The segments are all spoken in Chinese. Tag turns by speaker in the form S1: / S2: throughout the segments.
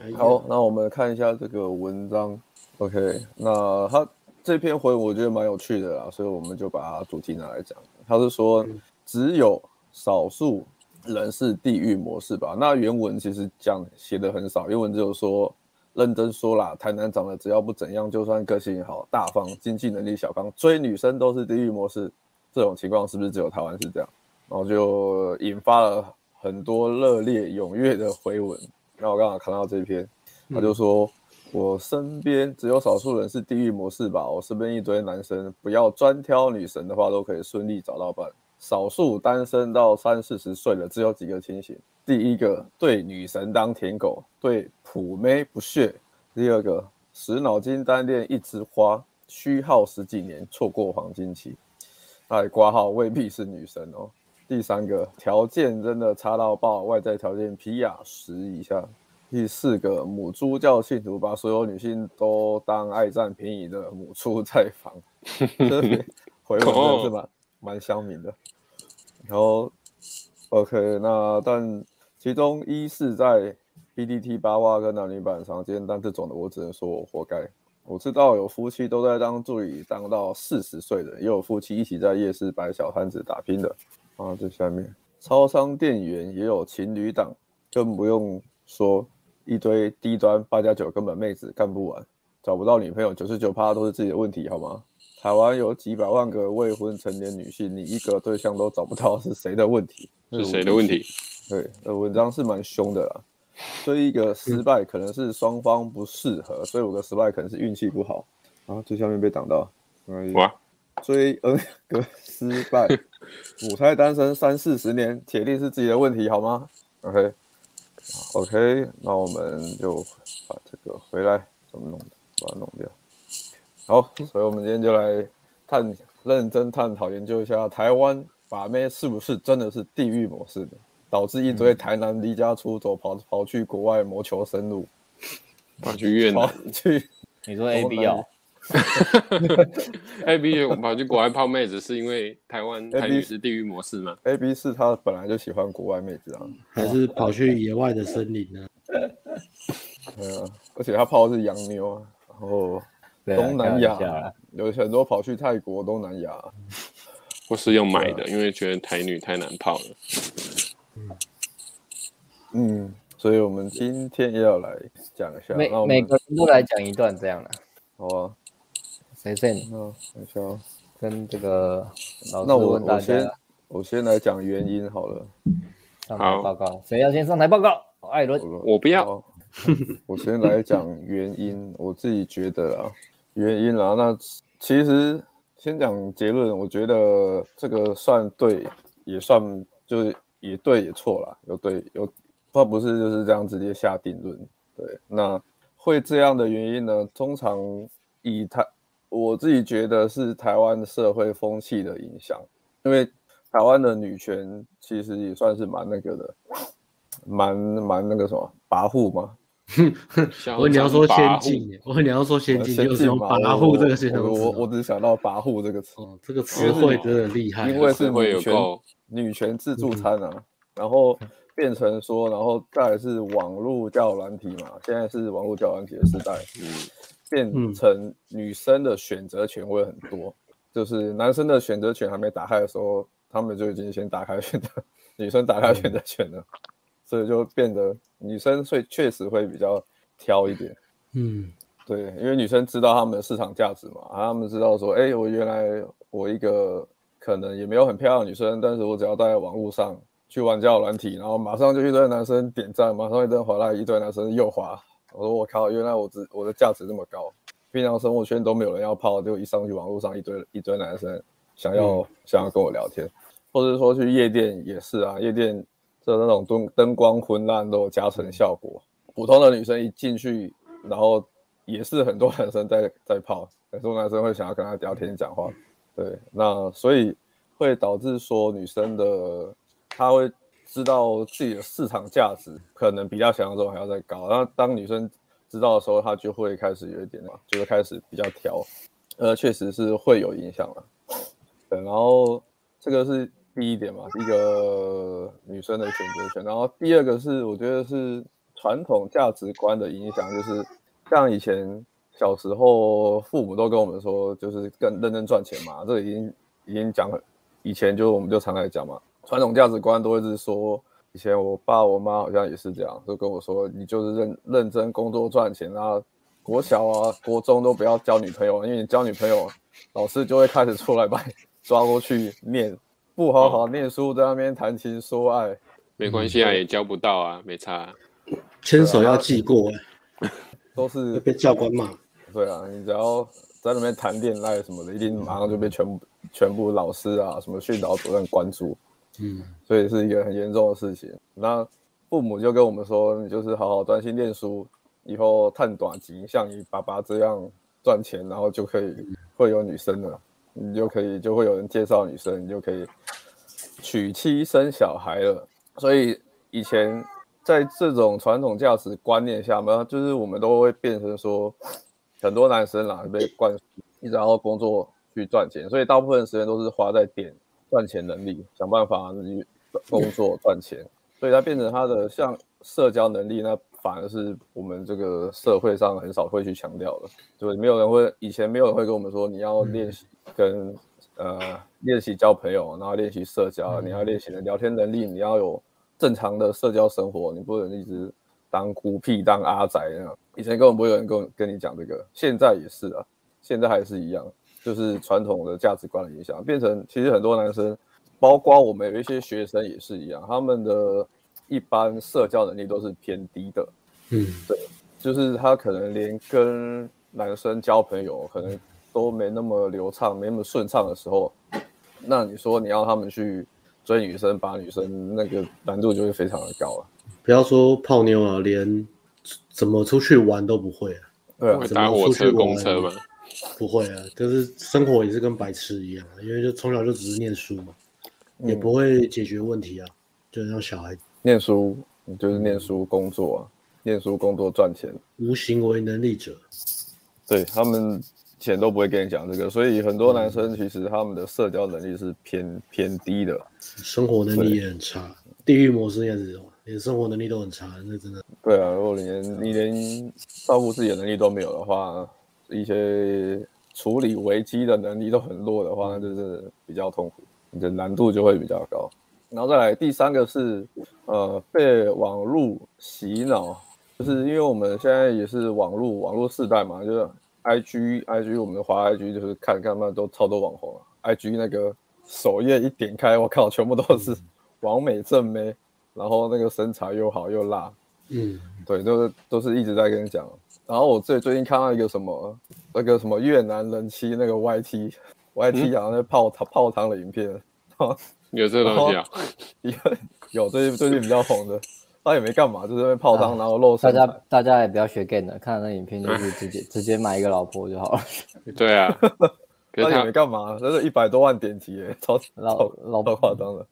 S1: 哎
S2: 意见。
S3: 好，那我们看一下这个文章。OK，那他这篇回我觉得蛮有趣的啦，所以我们就把它主题拿来讲。他是说，只有少数人是地狱模式吧？那原文其实讲写的很少，原文只有说，认真说啦，台南长得只要不怎样，就算个性好、大方、经济能力小康，追女生都是地狱模式。这种情况是不是只有台湾是这样？然后就引发了很多热烈踊跃的回文。那我刚好看到这篇，他就说：“我身边只有少数人是地狱模式吧？我身边一堆男生，不要专挑女神的话，都可以顺利找到伴。少数单身到三四十岁了，只有几个清醒。第一个对女神当舔狗，对普妹不屑；第二个死脑筋单恋一枝花，虚耗十几年，错过黄金期。哎，挂号未必是女神哦。”第三个条件真的差到爆，外在条件皮亚十以下。第四个母猪教信徒把所有女性都当爱占便宜的母猪在防，这篇回文真的是蛮蛮乡民的。然后 OK，那但其中一是在 BDT 八卦跟男女版常见，但这种的我只能说我活该。我知道有夫妻都在当助理当到四十岁的，也有夫妻一起在夜市摆小摊子打拼的。啊，这下面超商店员也有情侣档，更不用说一堆低端八加九根本妹子干不完，找不到女朋友九十九趴都是自己的问题，好吗？台湾有几百万个未婚成年女性，你一个对象都找不到是谁的问题？
S2: 是谁的问题？
S3: 对，呃，文章是蛮凶的啦。追一个失败可能是双方不适合，追五个失败可能是运气不好。啊，最下面被挡到，哎
S2: 哇，
S3: 追 N 呃个失败，母胎单身三四十年，铁定是自己的问题，好吗？OK，OK，、那我们就把这个回来怎么弄的，把它弄掉。好，所以我们今天就来探认真探讨研究一下台湾把妹是不是真的是地狱模式的，导致一
S4: 嗯
S3: 堆台南离家出走跑跑去国外谋求生路，
S2: 跑 去越
S3: 跑
S2: 南
S3: 去
S4: 你说 A B 哦，
S2: ，A B 哎我跑去国外泡妹子，是因为台湾
S1: 哎
S3: A B
S2: 台女是地狱模式吗？
S3: A B 是他本来就喜欢国外妹子啊，
S1: 还是跑去野外的森林啊呢？
S4: 嗯
S3: 对啊，而且他泡的是洋妞啊，然后
S4: 对啊
S3: 东南亚、
S4: 开玩笑啦
S3: 有很多跑去泰国、东南亚，啊
S2: 或是用买
S1: 啊
S2: 的，因为觉得台女太难泡了。
S3: 嗯，所以我们今天也要来讲一下，
S4: 每
S3: 啊那我
S4: 每
S3: 们
S4: 个人都来讲一段这样的。
S3: 好啊，
S4: 谁先
S3: 那等一下哦，
S4: 跟这个老师
S3: 那我
S4: 问大
S3: 我
S4: 家
S3: 先我先来讲原因好了，
S4: 上台报告，谁要先上台报告？艾伦
S3: 好，了
S2: 我不
S1: 哦
S2: 要，
S3: 好我先来讲原因，我自己觉得啊，原因啦，那其实先讲结论，我觉得这个算对，也算就是也对也错啦，有对有，他不是就是这样直接下定论。对，那会这样的原因呢，通常以台我自己觉得是台湾社会风气的影响，因为台湾的女权其实也算是蛮那个的，蛮蛮那个什么跋扈嘛，
S2: 嚣
S1: 我以为你要说
S2: 张跋
S1: 先
S2: 扈
S1: 进耶，我以为你要说先进，就是用
S3: 呃嘛
S1: 跋
S3: 我
S1: 扈这个形
S3: 我
S1: 容词
S3: 我
S1: 哦。
S3: 我只想到跋扈这个词，
S1: 哦，这个词汇真的厉害哦，
S3: 因为是
S2: 词汇
S3: 女
S2: 有
S3: 权
S2: 够
S3: 女权
S1: 嗯
S3: 自助餐啊，然后变成说，然后再来是网络教软体嘛，现在是网络教软体的时代，
S2: 嗯
S3: 变
S1: 嗯
S3: 成女生的选择权会很多，就是男生的选择权还没打开的时候，他们就已经先打开选择，女生打开
S1: 嗯
S3: 选择权了，所以就变得女生会确实会比较挑一点。
S1: 嗯，
S3: 对，因为女生知道她们的市场价值嘛，她们知道说，哎，我原来我一个可能也没有很漂亮的女生，但是我只要在网络上去玩交友软体，然后马上就一堆男生点赞，马上一堆人滑来，一堆男生又滑，我说我靠，原来我只我的价值这么高，平常生活圈都没有人要泡，就一上去网络上一堆一堆男生想要、想要跟我聊天，或者说去夜店也是啊，夜店就那种灯灯光昏暗都有加成效果，普通的女生一进去，然后也是很多男生在在泡，很多男生会想要跟她聊天讲话，对，那所以会导致说女生的她会知道自己的市场价值可能比她想象中还要再高，然后当女生知道的时候，她就会开始有一点嘛，就是开始比较挑，呃，确实是会有影响了。啊对，然后这个是第一点嘛，一个女生的选择权。然后第二个是，我觉得是传统价值观的影响，就是像以前小时候父母都跟我们说，就是更认真赚钱嘛，这已经已经讲很，以前就我们就常来讲嘛，传统价值观都会是说，以前我爸我妈好像也是这样，就跟我说，你就是认认真工作赚钱啊，国小啊国中都不要交女朋友，因为你交女朋友，老师就会开始出来把你抓过去念，不好好念书，在那边谈情说爱。
S2: 没关系啊，
S1: 嗯
S2: 也交不到啊，没差、啊。
S1: 牵手要记过、欸，
S3: 都 是
S1: 会被教官骂。
S3: 对啊，你只要在那边谈恋爱什么的，一定马上就被全部全部老师啊、什么训导主任关注，
S1: 嗯，
S3: 所以是一个很严重的事情。那父母就跟我们说，你就是好好专心念书，以后探短期，像你爸爸这样赚钱，然后就可以会有女生了，你就可以就会有人介绍女生，你就可以娶妻生小孩了。所以以前在这种传统价值观念下嘛，就是我们都会变成说，很多男生啦被灌输，一直要工作去赚钱，所以大部分时间都是花在点赚钱能力，想办法去工作赚钱，所以他变成他的像社交能力，那反而是我们这个社会上很少会去强调的，就是没有人会以前没有人会跟我们说你要练习跟。呃，练习交朋友，然后练习社交，你要练习的聊天能力，你要有正常的社交生活，你不能一直当孤僻、当阿宅那样。以前根本不会有人跟跟你讲这个，现在也是啊，现在还是一样，就是传统的价值观的影响，变成其实很多男生，包括我们有一些学生也是一样，他们的一般社交能力都是偏低的，
S1: 嗯，
S3: 对，就是他可能连跟男生交朋友可能。都没那么流畅，没那么顺畅的时候，那你说你要他们去追女生、把女生，那个难度就会非常的高啊了、
S1: 不要说泡妞啊，连怎么出去玩都不会啊，
S3: 对啊，
S2: 会
S1: 怎
S2: 搭
S1: 么
S2: 火
S1: 出去
S2: 车、
S1: 玩
S2: 公车嘛，
S1: 不会啊，就是生活也是跟白痴一样啊，因为就从小就只是念书嘛，
S3: 嗯
S1: 也不会解决问题啊，就像小孩
S3: 念书你就是念书、工作啊，念书、工作赚钱，
S1: 无行为能力者，
S3: 对他们以前都不会跟你讲这个，所以很多男生其实他们的社交能力是偏偏低的，
S1: 生活能力也很差，地狱模式也是这种，连生活能力都很差，那真的
S3: 对啊，如果你连你连照顾自己的能力都没有的话，一些处理危机的能力都很弱的话，那就是比较痛苦，你的难度就会比较高。然后再来第三个是，呃，被网络洗脑，就是因为我们现在也是网络网络世代嘛，就是 I G I G 我们滑 I G 就是看看嘛，都超多网红啊，I G 那个首页一点开，我靠，全部都是完美正妹，然后那个身材又好又辣，
S1: 嗯，
S3: 对，都是都是一直在跟你讲。然后我最最近看到一个什么那个什么越南人妻那个 YT
S4: 嗯
S3: YT 好像在泡汤、泡汤的影片，然后
S2: 有这个东西啊？
S1: 哦
S3: 一个有最近最近比较红的，他也没干嘛，就在那边泡汤，
S4: 啊
S3: 然后露
S4: 大
S3: 身
S4: 家
S3: 材。
S4: 大家也不要学 gay 的，看了那影片就是直接直接买一个老婆就好了。
S2: 对啊，可
S1: 哦
S3: 他
S2: 是
S3: 也
S2: 他
S3: 没干嘛，真的一百多万点击耶，超
S4: 老
S3: 超
S4: 老
S3: 超夸张的。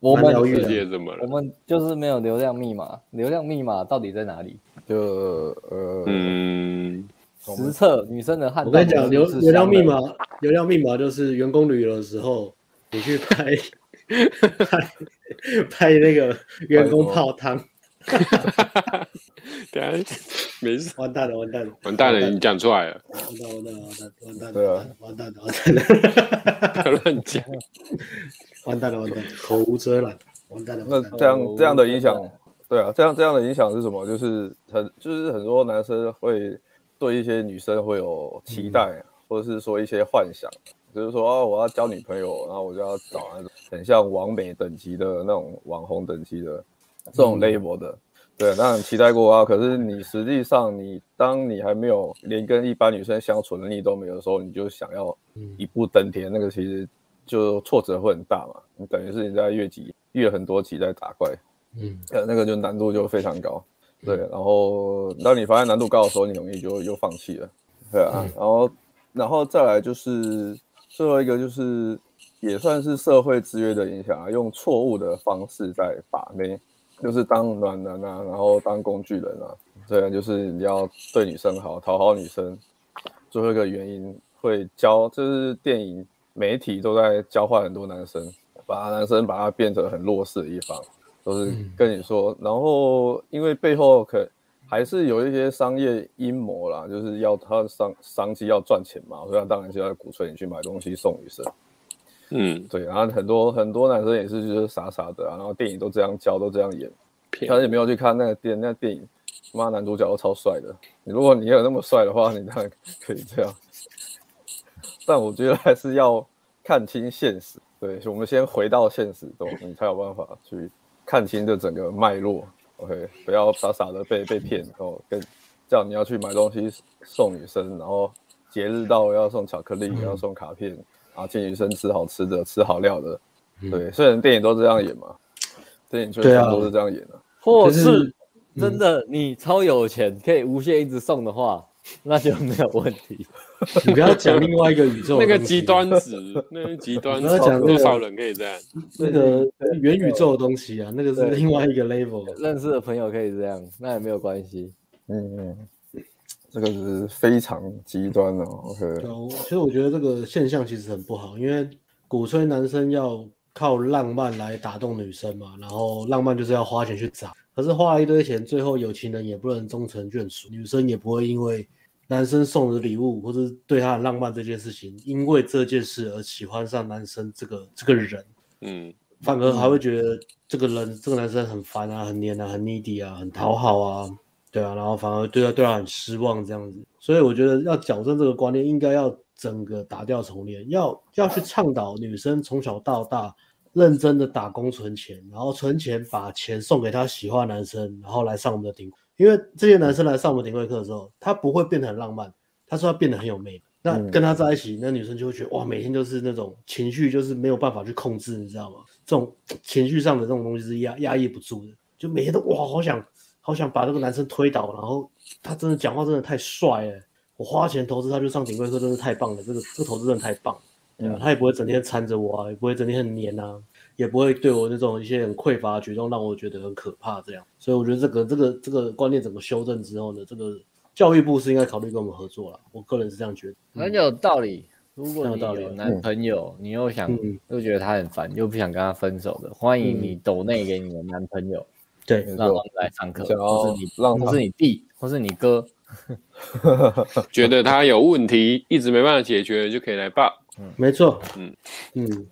S4: 我
S1: 蛮疗愈
S2: 世
S1: 的
S4: 们
S2: 界怎么
S4: 我
S2: 了？
S4: 们就是没有流量密码，流量密码到底在哪里？
S3: 就呃，
S2: 嗯，
S3: 我
S4: 实
S3: 们
S4: 测女生的汗，
S1: 我跟你讲，流流量密码，流量密码就是员工旅游的时候，你去 拍拍拍那个员工泡汤，
S2: 等一下没事，
S1: 完蛋了，完蛋了，
S2: 完蛋了，你讲出来了，
S1: 完蛋了，完蛋
S3: 对
S1: 了
S3: 啊，
S1: 完蛋了，完蛋了， 完蛋了，
S2: 不要乱 讲。
S1: 完蛋了，完蛋了，口无遮拦，完蛋了，
S3: 那
S1: 完蛋了
S3: 这样这样的影响
S4: 哦，
S3: 对啊，这样这样的影响是什么？就是很就是很多男生会对一些女生会
S4: 嗯
S3: 有期待，或者是说一些幻想，就是说啊，我要交女朋友，然后我就要找那种很像王美等级的那种网红等级的这
S4: 嗯
S3: 种 label 的。对，那你期待过啊，可是你实际上你当你还没有连跟一般女生相处能力都没有的时候，你就想要一步登天，那个其实就挫折会很大嘛。你等于是你在越级越很多级在打怪，
S1: 嗯，
S3: 呃，那个就难度就非常高。对，然后当你发现难度高的时候，你容易就又放弃了。对啊，然后然后再来就是最后一个就是也算是社会制约的影响啊，用错误的方式在把妹，就是当暖男啊，然后当工具人啊，对啊，就是你要对女生好，讨好女生。最后一个原因会教，就是电影媒体都在教坏很多男生，把男生把他变成很弱势的一方。都是跟你说。然后因为背后可还是有一些商业阴谋啦，就是要他商商机要赚钱嘛，所以他当然就要鼓吹你去买东西送女生。
S2: 嗯，
S3: 对，然后很多很多男生也是就是傻傻的、啊，然后电影都这样教，都这样演，
S2: 骗
S3: 他也没有去看那个电那电影，妈男主角都超帅的。你如果你有那么帅的话，你当然可以这样。 但我觉得还是要看清现实，对我们先回到现实中，你才有办法去看清这整个脉络。OK，不要傻傻的被被骗，然后跟叫你要去买东西送女生，然后节日到了要送巧克力，要送卡片，啊，请女生吃好吃的，吃好料的。对，虽然电影都这样演嘛，电影确实
S1: 对啊
S3: 都是这样演的、
S1: 可
S5: 或
S2: 哦
S1: 是
S5: 是真的你超有钱，可以无限一直送的话，那就没有问题。
S1: 你不要讲另外一个宇宙的
S2: 那个
S1: 东西
S2: 极，端值，那个极端
S1: 我要讲
S2: 值，
S1: 那个
S2: 多少人可以这样？
S1: 那个元宇宙的东西啊，那个是
S5: 对
S1: 另外一个 level。
S5: 认识的朋友可以这样，那也没有关系。
S3: 嗯嗯，这个是非常极端的、哦。OK，
S1: 对啊，我其实我觉得这个现象其实很不好，因为鼓吹男生要靠浪漫来打动女生嘛，然后浪漫就是要花钱去找，可是花了一堆钱，最后有情人也不能终成眷属，女生也不会因为男生送的礼物或者对她的浪漫这件事情，因为这件事而喜欢上男生这个这个人，
S2: 嗯，
S1: 反而还会觉得这个人、这个男生很烦啊、很黏啊、很 needy 啊、很讨好啊，对啊，然后反而对他对他很失望这样子。所以我觉得要矫正这个观念，应该要整个打掉重练，要要去倡导女生从小到大认真的打工存钱，然后存钱把钱送给她喜欢的男生，然后来上我们的顶。因为这些男生来上我们顶规课的时候，他不会变得很浪漫，他说他变得很有魅力。那
S3: 嗯
S1: 跟他在一起，那女生就会觉得哇，每天就是那种情绪，就是没有办法去控制，你知道吗？这种情绪上的这种东西是压压抑不住的，就每天都哇，好想好想把这个男生推倒，然后他真的讲话真的太帅了，我花钱投资他去上顶规课真的太棒了，这个这个投资真的太棒了，对啊，他也不会整天缠着我啊，也不会整天很黏啊，也不会对我那种一些很匮乏的举动让我觉得很可怕这样。所以我觉得这个这个这个观念整个修正之后呢，这个教育部是应该考虑跟我们合作了，我个人是这样觉得。
S5: 很有道理。如果
S1: 很有
S5: 你
S1: 道理
S5: 有男朋友，你又想
S1: 嗯
S5: 又觉得他很烦，又不想跟他分手的，欢迎你抖内给你的男朋友，
S1: 对
S3: 没
S5: 让他
S3: 错
S5: 们，来上课，
S3: 想要
S5: 或是你
S3: 让他
S5: 或是你弟，或是你哥，
S2: 觉得他有问题，一直没办法解决，就可以来报。
S1: 没错，
S2: 嗯
S1: 嗯，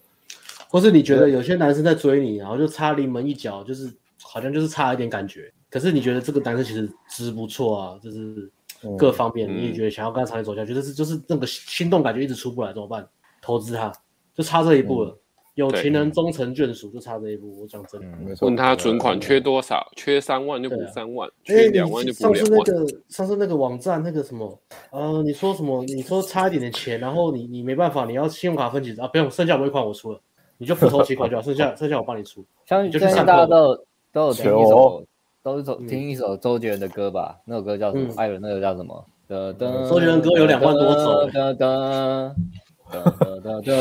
S1: 或是你觉得有些男生在追你，然后就差临门一脚，就是好像就是差一点感觉，可是你觉得这个男生其实值不错啊，就是
S3: 嗯
S1: 各方面，你也
S2: 嗯
S1: 觉得想要跟他长久走下去，但是就是那个心动感觉一直出不来，怎么办？投资他，就差这一步了。有
S2: 对
S1: 情人终成眷属，就差这一步。我讲真的，
S5: 嗯，
S3: 没错。
S2: 问他存款
S3: 啊
S2: 缺多少，缺三万就补
S1: 对啊
S2: 三万，
S1: 哎，
S2: 缺
S1: 你
S2: 两万就补
S1: 上次
S2: 两
S1: 那
S2: 万。
S1: 个上次那个网站那个什么，呃，你说什么？你说差一点点钱，然后你你没办法，你要信用卡分期啊？不用，剩下尾款我出了，你就付头期款就好，剩下剩下我帮你 出。
S5: 相
S1: 你就
S5: 信
S1: 去
S5: 相信
S1: 上
S5: 大
S1: 课
S5: 家都有都有听一
S3: 求
S5: 首，都是首
S1: 嗯
S5: 听一首周杰伦的歌吧？那首歌叫什么
S1: 嗯？
S5: 艾伦那个叫什么？噔噔
S1: 周杰伦歌有两万多首
S5: 噔噔噔 噔噔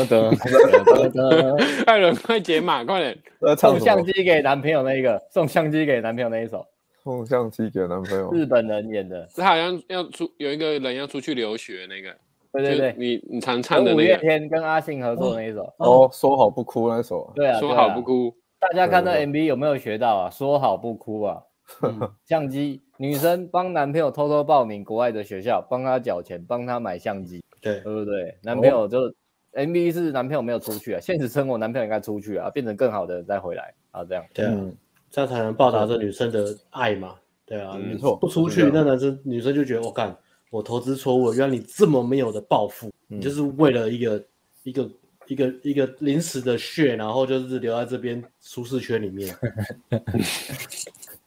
S5: 噔噔噔噔，
S2: 艾伦，哎快解码，快点！
S3: 那唱
S5: 送
S3: 什么
S5: 相？机给男朋友那一个，送相机给男朋友那一首，
S3: 送相机给男
S1: 哦
S3: 朋友。
S5: 日本人演的，
S2: 他好像要出有一个人要出去留学，那个，
S5: 对
S2: 就
S5: 对
S2: 是
S5: 对，
S2: 你你常唱的
S5: 跟五
S2: 那
S5: 月
S2: 个，
S5: 天跟阿信合作那一首，
S3: 哦，说好不哭那首啊。
S5: 对啊，
S2: 说
S5: 对啊
S2: 好不，哭，
S5: 大家看到
S3: 对
S5: MV 有没有学到啊？说好不哭啊，
S1: 嗯
S5: 相机，女生帮男朋友偷偷报名国外的学校，帮他缴钱，帮他买相机，
S1: 对，
S5: 对不对？男朋友就、MV 是男朋友没有出去啊，现实生活男朋友应该出去啊，变成更好的人再回来啊，这样。
S1: 对啊，
S3: 嗯
S1: 这样才能报答这女生的爱嘛。对啊，
S2: 嗯
S1: 你
S3: 没错
S1: 不出去，
S3: 是这
S1: 那男生女生就觉得我干，我投资错误了，原来你这么没有的抱负，你
S2: 嗯
S1: 就是为了一个一个一个一个临时的血，然后就是留在这边舒适圈里面。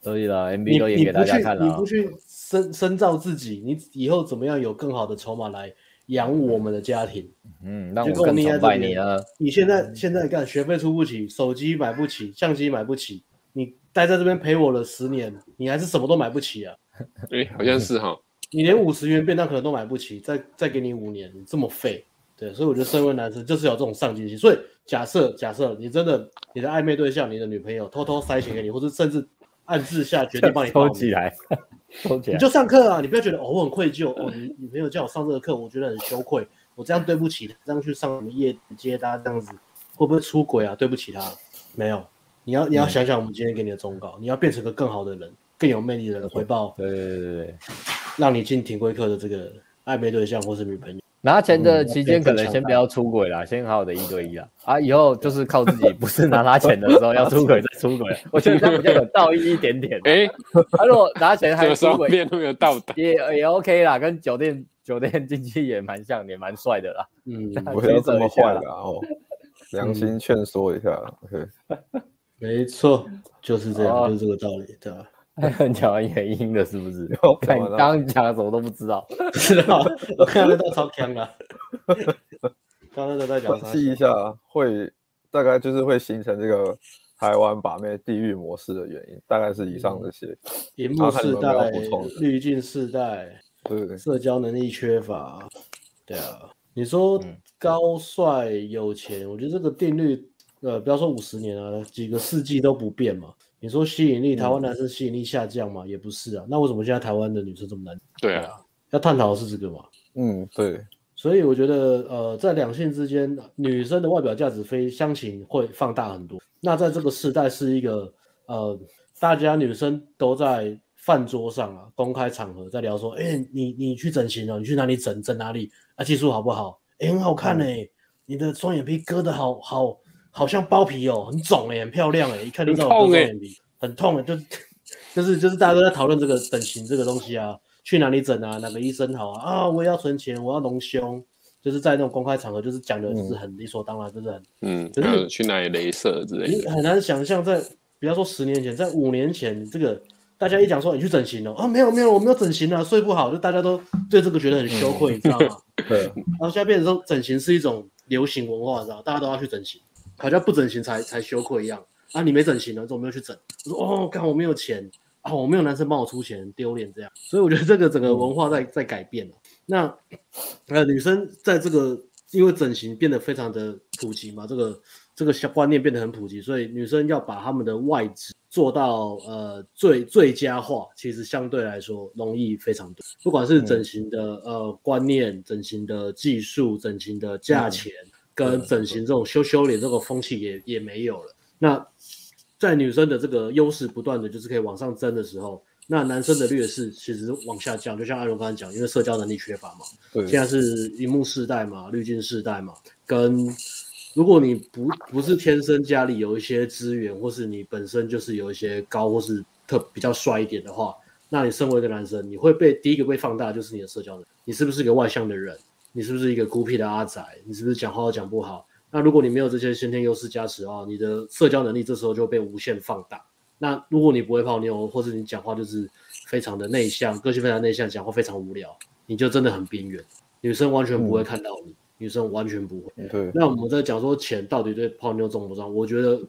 S5: 所以啦
S1: 你
S5: ，MV 都演
S1: 你
S5: 给
S1: 不
S5: 大
S1: 去
S5: 家看了、
S1: 你
S5: 啊
S1: 不。去深深造自己，你以后怎么样有更好的筹码来养我们的家庭？
S5: 嗯，让
S1: 就
S5: 我
S1: 跟我
S5: 更
S1: 们一样
S5: 崇拜
S1: 这
S5: 你
S1: 边
S5: 啊！
S1: 你现在现在干学费出不起，手机买不起，相机买不起，你待在这边陪我了十年，你还是什么都买不起啊！
S2: 哎，好像是哈，
S1: 你连五十元便当可能都买不起，再再给你五年，你这么废。对，所以我觉得身为男生就是有这种上进心。所以假设假设你真的你的暧昧对象，你的女朋友偷偷塞钱给你，或者甚至暗自下决定帮你报
S5: 收
S1: 名
S5: 起来， 收起
S1: 你
S5: 来。
S1: 就上课啊，你不要觉得哦，我很愧疚哦，你女朋友叫我上这个课，我觉得很羞愧，我这样对不起，这样去上什么夜接搭这样子，会不会出轨啊？对不起她，没有，你要你要想想我们今天给你的忠告，你要变成个更好的人，更有魅力的人，回报
S5: 对对对对对，
S1: 让你进庭规课的这个暧昧对象或是女朋友。
S5: 拿钱的期间可能先不要出轨啦，先好好的一对一啦。啊，以后就是靠自己，不是拿他钱的时候要出轨再出轨，我觉得这样比较有道义一点点。
S2: 哎，
S5: 他如果拿钱
S2: 这
S5: 还
S2: 个时
S5: 出
S2: 候
S5: 轨，
S2: 变那么有道 德，
S5: 也也 OK 啦，跟酒店酒店经济也蛮像，也蛮帅的啦。
S1: 嗯，
S3: 不要这么坏啦哦，良心劝说一下啦，OK。
S1: 没错，就是这样，
S5: 哦
S1: 就是这个道理，对吧？
S5: 讲完原因了是不是？
S3: 我
S5: 看你刚刚讲的什么都不知道。
S1: 不知道，我看那段超强的。刚刚那段在讲啥
S3: 分？析一下，会大概就是会形成这个台湾把妹地域模式的原因，大概是以上这些。
S1: 荧幕世
S3: 然后
S1: 代
S3: 看你们有没有补充、的
S1: 滤镜世代、
S3: 对对对，
S1: 社交能力缺乏，对啊。你说高帅有钱，我觉得这个定律，呃，不要说五十年啊，几个世纪都不变嘛。你说吸引力，台湾男生吸引力下降嘛？也不是啊。那为什么现在台湾的女生这么难？
S2: 对啊，
S1: 要探讨的是这个嘛？
S3: 嗯对，
S1: 所以我觉得，呃，在两性之间，女生的外表价值非相形会放大很多。那在这个时代，是一个呃，大家女生都在饭桌上啊，公开场合在聊说，哎、你你去整形哦，你去哪里整，整哪里啊，技术好不好？哎、很好
S2: 嗯
S1: 看呢、你的双眼皮割的好好，好像包皮哦，很肿哎、很漂亮哎、一看就知道我割
S2: 很痛
S1: 双
S2: 欸
S1: 眼皮，很痛哎、就是就是就是大家都在讨论这个整形这个东西啊，去哪里整啊，哪个医生好啊？啊，我也要存钱，我要隆胸，就是在那种公开场合，就是讲的就是很理所当然，就是很
S2: 嗯，
S1: 可是
S2: 还有去哪里镭射之类
S1: 你
S2: 的，
S1: 很难想象在，不要说十年前，在五年前，这个大家一讲说你去整形了、啊，没有没有，我没有整形啊，睡不好，就大家都对这个觉得很羞愧，你知道吗？
S3: 对，
S1: 然后现在变成说整形是一种流行文化，你知道吗，大家都要去整形，好像不整形才才羞愧一样。啊，你没整形呢，怎么没有去整？我说哦，看我没有钱啊，我没有男生帮我出钱，丢脸这样。所以我觉得这个整个文化在在改变了。那呃，女生在这个因为整形变得非常的普及嘛，这个这个小观念变得很普及，所以女生要把她们的外质做到呃最最佳化，其实相对来说容易非常多。不管是整形的、呃观念、整形的技术、整形的价钱，跟整形这种修修脸这个风气也也没有了。那在女生的这个优势不断的就是可以往上增的时候，那男生的劣势其实是往下降。就像阿荣刚才讲，因为社交能力缺乏嘛，
S3: 对
S1: 现在是荧幕世代嘛，滤镜世代嘛，跟如果你不不是天生家里有一些资源，或是你本身就是有一些高或是特比较帅一点的话，那你身为一个男生，你会被第一个被放大就是你的社交能力，你是不是一个外向的人？你是不是一个孤僻的阿宅？你是不是讲话都讲不好？那如果你没有这些先天优势加持啊，你的社交能力这时候就被无限放大。那如果你不会泡妞，或者你讲话就是非常的内向，个性非常内向，讲话非常无聊，你就真的很边缘。女生完全不会看到你，女生完全不会。
S3: 对，
S1: 那我们在讲说钱到底对泡妞重不重要？我觉得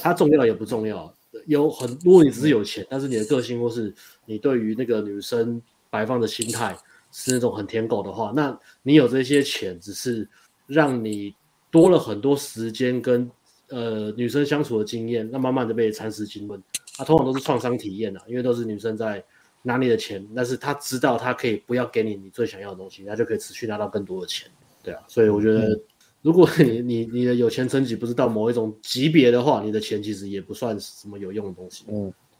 S1: 它重要也不重要。有很，如果你只是有钱，但是你的个性或是你对于那个女生摆放的心态是那种很舔狗的话，那你有这些钱，只是让你多了很多时间跟呃女生相处的经验，那慢慢的被蚕食精温。啊，通常都是创伤体验啊，因为都是女生在拿你的钱，但是她知道她可以不要给你你最想要的东西，她就可以持续拿到更多的钱。对啊，所以我觉得， 如果你你你的有钱层级不是到某一种级别的话，你的钱其实也不算什么有用的东西，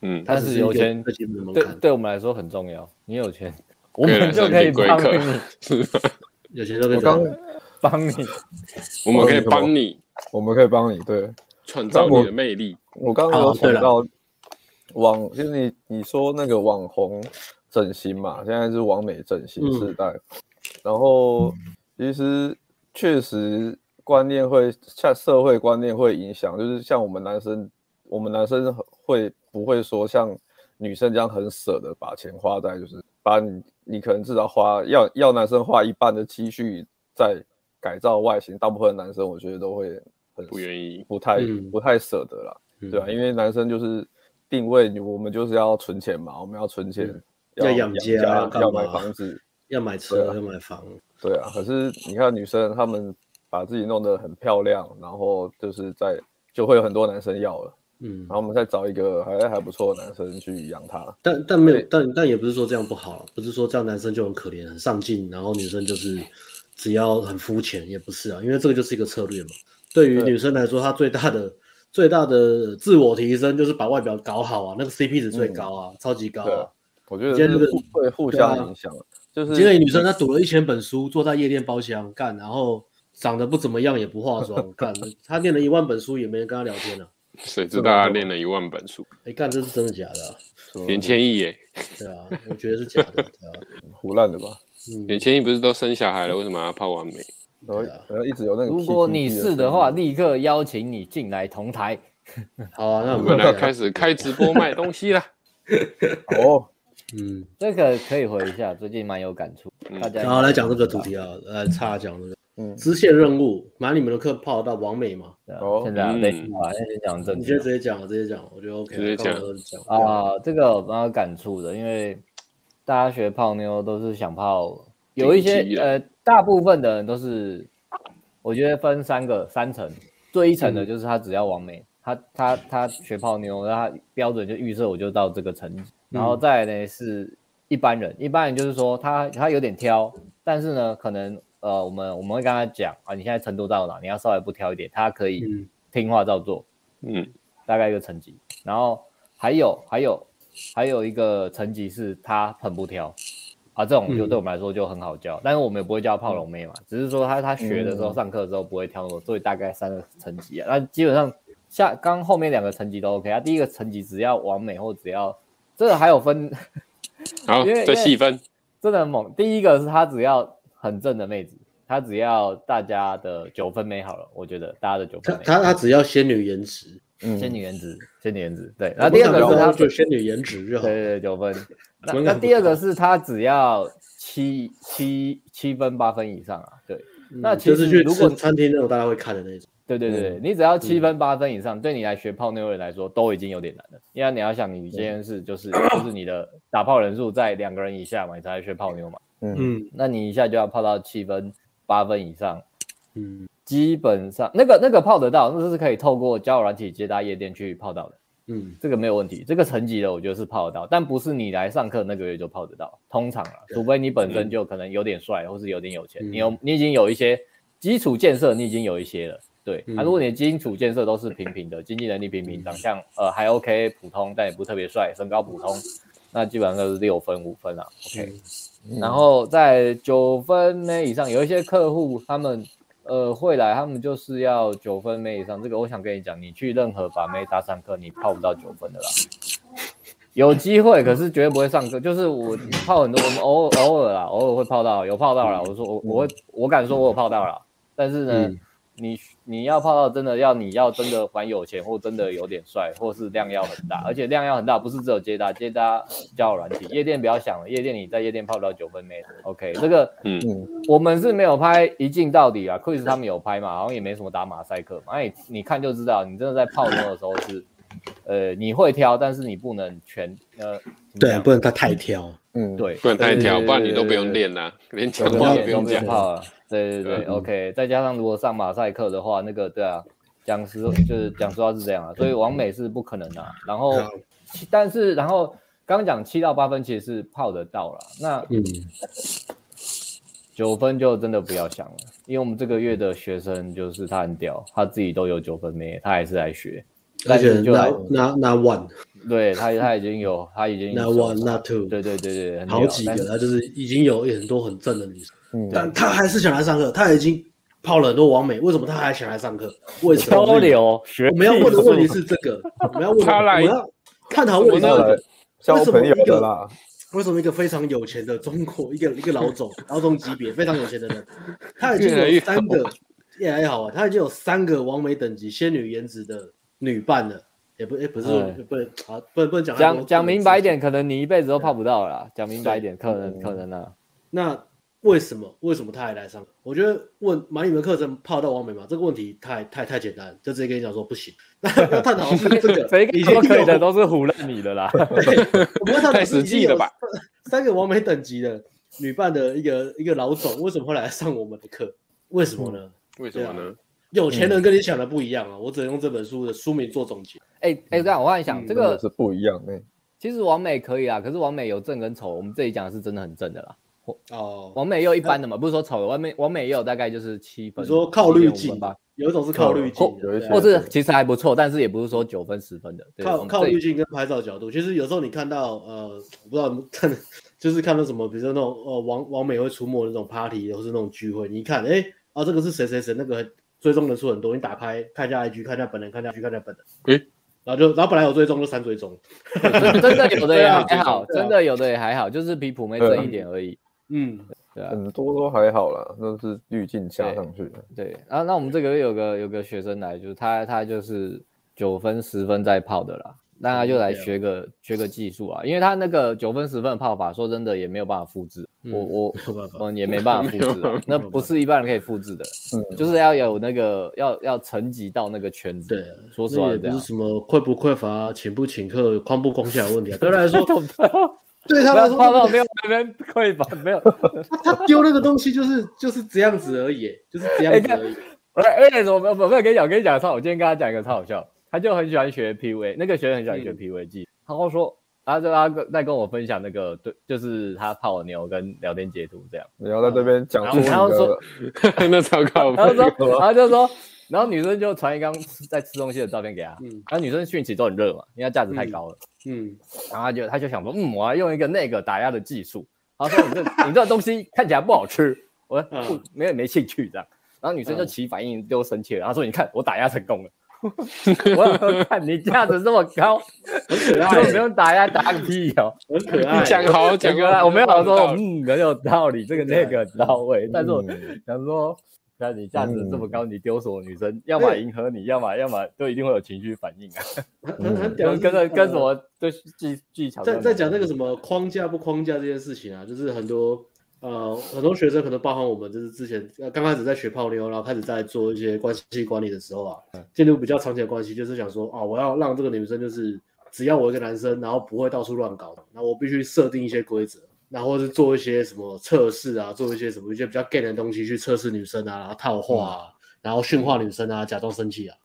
S2: 嗯，
S1: 它
S5: 但
S1: 只
S5: 是
S1: 是一
S5: 有
S1: 个
S5: 钱
S1: 最基本的门
S5: 对，
S1: 槛。
S5: 对我们来说很重要。你有钱，我
S2: 可以来
S5: 们就可以
S2: 上
S5: 帮
S2: 你规
S5: 你
S2: 嗯
S1: 有钱就跟
S3: 我刚
S5: 帮你。
S2: 我们可以帮你
S3: 我们可以帮你，对
S2: 创造你的魅力，
S3: 我刚刚有
S1: 哦对
S3: 想
S1: 了
S3: 到网，就是你你说那个网红整形嘛，现在是网美整形
S1: 嗯
S3: 时代，然后其实确实观念会像社会观念会影响，就是像我们男生，我们男生会不会说像女生这样很舍得把钱花在，就是把你你可能至少花要要男生花一半的积蓄在改造外形，大部分男生我觉得都会很
S2: 不愿意，
S3: 不太、
S1: 嗯
S3: 不太舍得啦，对啊吧、因为男生就是定位，我们就是要存钱嘛，我们要存钱，
S1: 嗯
S3: 要
S1: 要养家
S3: 家
S1: 要干
S3: 要买
S1: 嘛
S3: 房子，
S1: 要买
S3: 对
S1: 车
S3: 啊
S1: 要买房，
S3: 对啊。可是你看女生，她们把自己弄得很漂亮，然后就是在就会有很多男生要了，
S1: 嗯
S3: 然，后我们再找一个还还不错的男生去养她。
S1: 但但没有，但但也不是说这样不好了，不是说这样男生就很可怜、很上进，然后女生就是只要很肤浅，也不是啊，因为这个就是一个策略嘛。对于
S3: 对
S1: 女生来说，她最大的最大的自我提升就是把外表搞好啊，那个 CP 值最高啊，超级高
S3: 对啊
S1: 啊。
S3: 我觉得
S1: 今天
S3: 是
S1: 这个
S3: 互会互
S1: 对啊
S3: 相影响，就是
S1: 今天女生她读了一千本书，坐在夜店包厢干，然后长得不怎么样，也不化妆干，她念了一万本书，也没人跟她聊天啊。
S2: 谁知道他练了一万本书，
S1: 哎，干，这是真的假的啊、
S3: 说
S2: 连千亿耶，
S1: 对啊，我觉得是假的。对啊，嗯
S3: 胡乱的吧，
S2: 连千亿不是都生小孩了，为什么还要泡完美？
S3: 然后
S1: 对啊
S3: 然后一直有那个 PPT 声音。
S5: 如果你是的话，立刻邀请你进来同台。
S1: 好啊，那
S2: 我
S1: 我
S2: 们
S1: 们
S2: 来
S1: 来
S2: 开
S1: 看。
S2: 始开直播卖东西啦。
S3: 哦，
S1: 嗯，
S5: 这个可以回一下，最近蛮有感触
S2: 嗯。
S5: 大家
S1: 然后来讲这个主题啊，来差讲这个
S3: 嗯，
S1: 支线任务，买你们的课泡得到王美吗？
S5: 对啊
S3: 哦
S5: 现在啊
S2: 嗯
S5: 类似吧，先讲啊正
S1: 你先
S5: 题
S1: 直接讲，直接讲，我觉得 OK，
S2: 直接讲
S1: 刚刚都讲
S5: 啊，这个我蛮有感触的，因为大家学泡妞都是想泡，有一
S2: 顶级
S5: 些
S2: 的
S5: 呃，大部分的人都是，我觉得分三个三层，最一层的就是他只要完美，他他他学泡妞，那他标准就预设我就到这个层级，然后再来呢是一般人，一般人就是说他他有点挑，但是呢可能呃我们我们会跟他讲啊，你现在程度到哪，你要稍微不挑一点，他可以
S1: 嗯
S5: 听话照做，
S2: 嗯，
S5: 大概一个层级。然后还有还有还有一个层级是他很不挑啊，这种就
S1: 嗯
S5: 对我们来说就很好教，但是我们也不会教泡龙妹嘛，只是说他他学的时候、
S3: 嗯
S5: 上课的时候不会挑我，所以大概三个层级啊。那基本上下刚后面两个层级都 OK 啊，第一个层级只要完美或只要这个还有分，
S2: 好，
S5: 因为
S2: 再细分，
S5: 真的很猛。第一个是他只要很正的妹子。他只要大家的九分美好了，我觉得大家的九
S1: 他
S5: 分美
S1: 他他只要仙女颜值，
S3: 嗯
S5: 仙女颜值，仙女颜值对。然
S1: 那
S5: 后啊第二个
S3: 我
S5: 是
S3: 们
S5: 他
S1: 就仙女颜值就好。
S5: 对对对，九分。那
S1: 门槛
S5: 那
S1: 不
S5: 第二
S1: 高
S5: 个是他只要七七七分八分以上啊，对
S1: 嗯
S5: 那其
S1: 就
S5: 实
S1: 是去
S5: 如果
S1: 吃餐厅那种大家会看的那种，
S5: 对对对，
S3: 嗯
S5: 你只要七分八分以上，对你来学泡妞的人来说都已经有点难了，因为你要想你这件事就是就是你的打炮人数在两个人以下嘛，你才会学泡妞嘛，
S3: 嗯，
S1: 嗯
S5: 那你一下就要泡到七分八分以上，
S1: 嗯
S5: 基本上那个那个泡得到，那是可以透过交友软体接搭夜店去泡到的。
S1: 嗯，
S5: 这个没有问题，这个层级的我觉得是泡得到，但不是你来上课那个月就泡得到，通常啦，除非你本身就可能有点帅，或是有点有钱，
S1: 嗯
S5: 你有你已经有一些基础建设，你已经有一些了，对。
S1: 嗯
S5: 啊，如果你的基础建设都是平平的，经济能力平平，长相呃还 OK 普通，但也不特别帅，身高普通，那基本上都是六分五分啦，OK。然后在九分妹以上，有一些客户他们呃会来，他们就是要九分妹以上。这个我想跟你讲，你去任何把妹搭上课，你泡不到九分的啦。有机会，可是绝对不会上课。就是我泡很多，我们偶尔偶尔啦，偶尔会泡到，有泡到啦。我说我我会，我敢说我有泡到啦。但是呢，
S1: 嗯
S5: 你你要泡到真的要你要真的蛮有钱，或真的有点帅，或是量要很大，而且量要很大，不是只有接搭，接搭交友软体，夜店不要想了，夜店你在夜店泡不到九分妹的。OK，这个
S3: 嗯，
S5: 我们是没有拍一镜到底啊，Chris 他们有拍嘛，好像也没什么打马赛克嘛。哎，你看就知道，你真的在泡妞的时候是，呃，你会挑，但是你不能全呃，怎么
S1: 对，
S5: 讲
S1: 不能他太挑，
S3: 嗯，
S5: 对，
S2: 不然太挑，
S5: 对
S2: 不然你都不用练啦，连讲
S5: 不
S2: 话
S5: 要
S2: 都不用
S5: 讲
S2: 讲。
S5: 泡了。啊对对对，OK，再加上如果上马赛克的话，那个对啊，讲实就是讲实话是这样啊，所以王美是不可能的、啊。然后
S1: 好，
S5: 其但是然后刚刚讲七到八分其实是泡得到了，那
S1: 嗯
S5: 九分就真的不要想了，因为我们这个月的学生就是他很屌，他自己都有九分妹，他还是来学，
S1: 而
S5: 但
S1: 且
S5: 是就来
S1: not not not one
S5: 对他他已经有他已经
S1: not one not two，
S5: 对对对对，很屌
S1: 好几
S5: 但
S1: 个，
S5: 是
S1: 他就是已经有很多很正的女生，
S3: 嗯
S1: 但他还是想来上课，他已经泡了很多网美，为什么他还想来上课？为什么？
S5: 交流学
S1: 我们要问的问题是这个，我们要问的，
S2: 他
S1: 我
S2: 来
S1: 们要探讨问题
S2: 我
S3: 要来
S1: 是
S3: 交朋友的啦，
S1: 为什么一个非常有钱的中国一个一个老 总老总级别非常有钱的人，他已经
S2: 越来越
S1: 有三个越来越好玩，他已经有三个完美等级仙女颜值的女伴了，也不也不是说
S5: 哎
S1: 不能啊不能不能讲太多
S5: 讲讲明白一。点，可能你一辈子都泡不到啦。讲明白一点，可能可能啊，
S1: 那为什么为什么他还来上？我觉得问买你们课程泡到完美吗？这个问题太太太简单了，就直接跟你讲说不行。 那要探讨的是这个，
S5: 谁
S1: 已
S5: 敢
S1: 经
S5: 说可以的
S1: 有
S5: 都是唬烂你的啦。
S1: 我们要探讨
S2: 太实际了吧？
S1: 三个完美等级的女伴的一个一个老总，为什么会来上我们的课？为什么呢？
S2: 为什么呢？
S1: 有钱人跟你想的不一样啊！我只能用这本书的书名做总结。
S5: 哎哎，这样我忽然想，
S1: 嗯
S5: 这
S3: 真
S5: 个
S3: 的是不一样的，
S5: 其实王美可以啊啦，可是王美有正跟丑，我们这里讲的是真的很正的啦。
S1: 哦，
S5: 王美也有一般的嘛，不是说丑的，王美王美也有大概就是七分。
S1: 你说靠滤镜
S5: 吧？
S1: 有一种是靠滤镜的，
S3: 有一
S1: 对啊
S3: 些
S5: 或是其实还不错，但是也不是说九分十分的。对我
S1: 靠
S5: 们
S1: 靠
S5: 这里
S1: 滤镜跟拍照角度，其实有时候你看到呃，我不知道你们看的，就是看到什么，比如说那种呃网网美会出没的那种 party 或是那种聚会，你一看，哎、啊这个是谁谁谁，那个追踪人数很多，你打开看一下 IG，看一下本人，看一下 IG，看一下本人，
S2: 诶
S1: 然后就然后本来有追踪就删追踪，
S5: 真真的有的也
S2: 对
S5: 还
S2: 啊
S5: 好，
S1: 对啊
S5: 真的有的也还好，就是比普妹正一点而已。
S1: 嗯，
S5: 对啊，
S3: 很多都还好啦，都是滤镜加上去的。
S5: 对。然后那我们这个月有个有个学生来，就是他他就是九分十分在泡的啦，那他就来
S1: 对啊
S5: 学个学个技术啊，因为他那个九分十分的泡法，说真的也没有办法复制，
S1: 嗯
S5: 我我
S1: 没有办法
S5: 我们也没办法复制啊，那不是一般人可以复制的，
S3: 嗯
S5: 就是要有那个要要层级到那个圈子。
S1: 对啊，
S5: 说实
S1: 那
S5: 话
S1: 也
S5: 是这
S1: 不
S5: 样
S1: 是。什么匮不匮乏、请不请客、框不框架的问题啊，对他来 说， 对他
S5: 不
S1: 来
S5: 要
S1: 说，
S5: 泡到没有人匮乏，没有
S1: 他他丢那个东西就是就是这样子而已，就是这
S5: 哎
S1: 样子而已，
S5: 而而且我我我没有跟你讲，我跟你讲超，我今天跟他讲一个超好笑，他就很喜欢学 PV，那个学生很喜欢学
S1: 嗯
S5: PV 技，然后说，然后就他跟在跟我分享那个对，就是他泡的牛跟聊天截图这样，
S3: 你要在这边讲出你
S5: 然后说
S3: 的，
S2: 那超靠
S5: 然后
S2: 谱。
S5: 说，然后就说，然后女生就传一张吃在吃东西的照片给他，
S1: 嗯
S5: 然后女生讯息都很热嘛，因为她价值太高了，
S1: 嗯，
S5: 然后他就他就想说，嗯，我要用一个那个打压的技术，然后说你这你这东西看起来不好吃，我
S1: 嗯
S5: 不没有没兴趣这样，然后女生就起反应就生气了，然后说你看我打压成功了。 我想说看你价值这么 高，
S1: 很可
S5: 就不
S1: 爱，
S5: 用打压打个屁哦。
S1: 很可爱，
S2: 讲好
S5: 整
S2: 讲
S5: 个
S2: 好，
S5: 哎啊我没有
S2: 好
S5: 说嗯很有道理， 这个那个很到位，但是我
S3: 嗯
S5: 想说，那你价值
S1: 嗯
S5: 这么高，你丢所有女生，要么迎合你，要么要么就一定会有情绪反应啊，
S1: 很很很屌
S5: 跟
S1: 是，
S5: 跟着嗯跟什
S1: 呃
S5: 么对技技巧
S1: 在
S5: 上
S1: 在
S5: 面
S1: 讲那个什么框架不框架这件事情啊，就是很多呃很多学生可能包含我们，就是之前呃刚开始在学泡妞，然后开始在做一些关系管理的时候啊，
S5: 嗯
S1: 建立比较长期的关系，就是想说啊，我要让这个女生就是只要我一个男生，然后不会到处乱搞，那我必须设定一些规则。然后或是做一些什么测试啊，做一些什么一些比较 gay 的东西去测试女生啊，然后套话啊，
S5: 嗯
S1: 然后驯化女生啊，假装生气啊，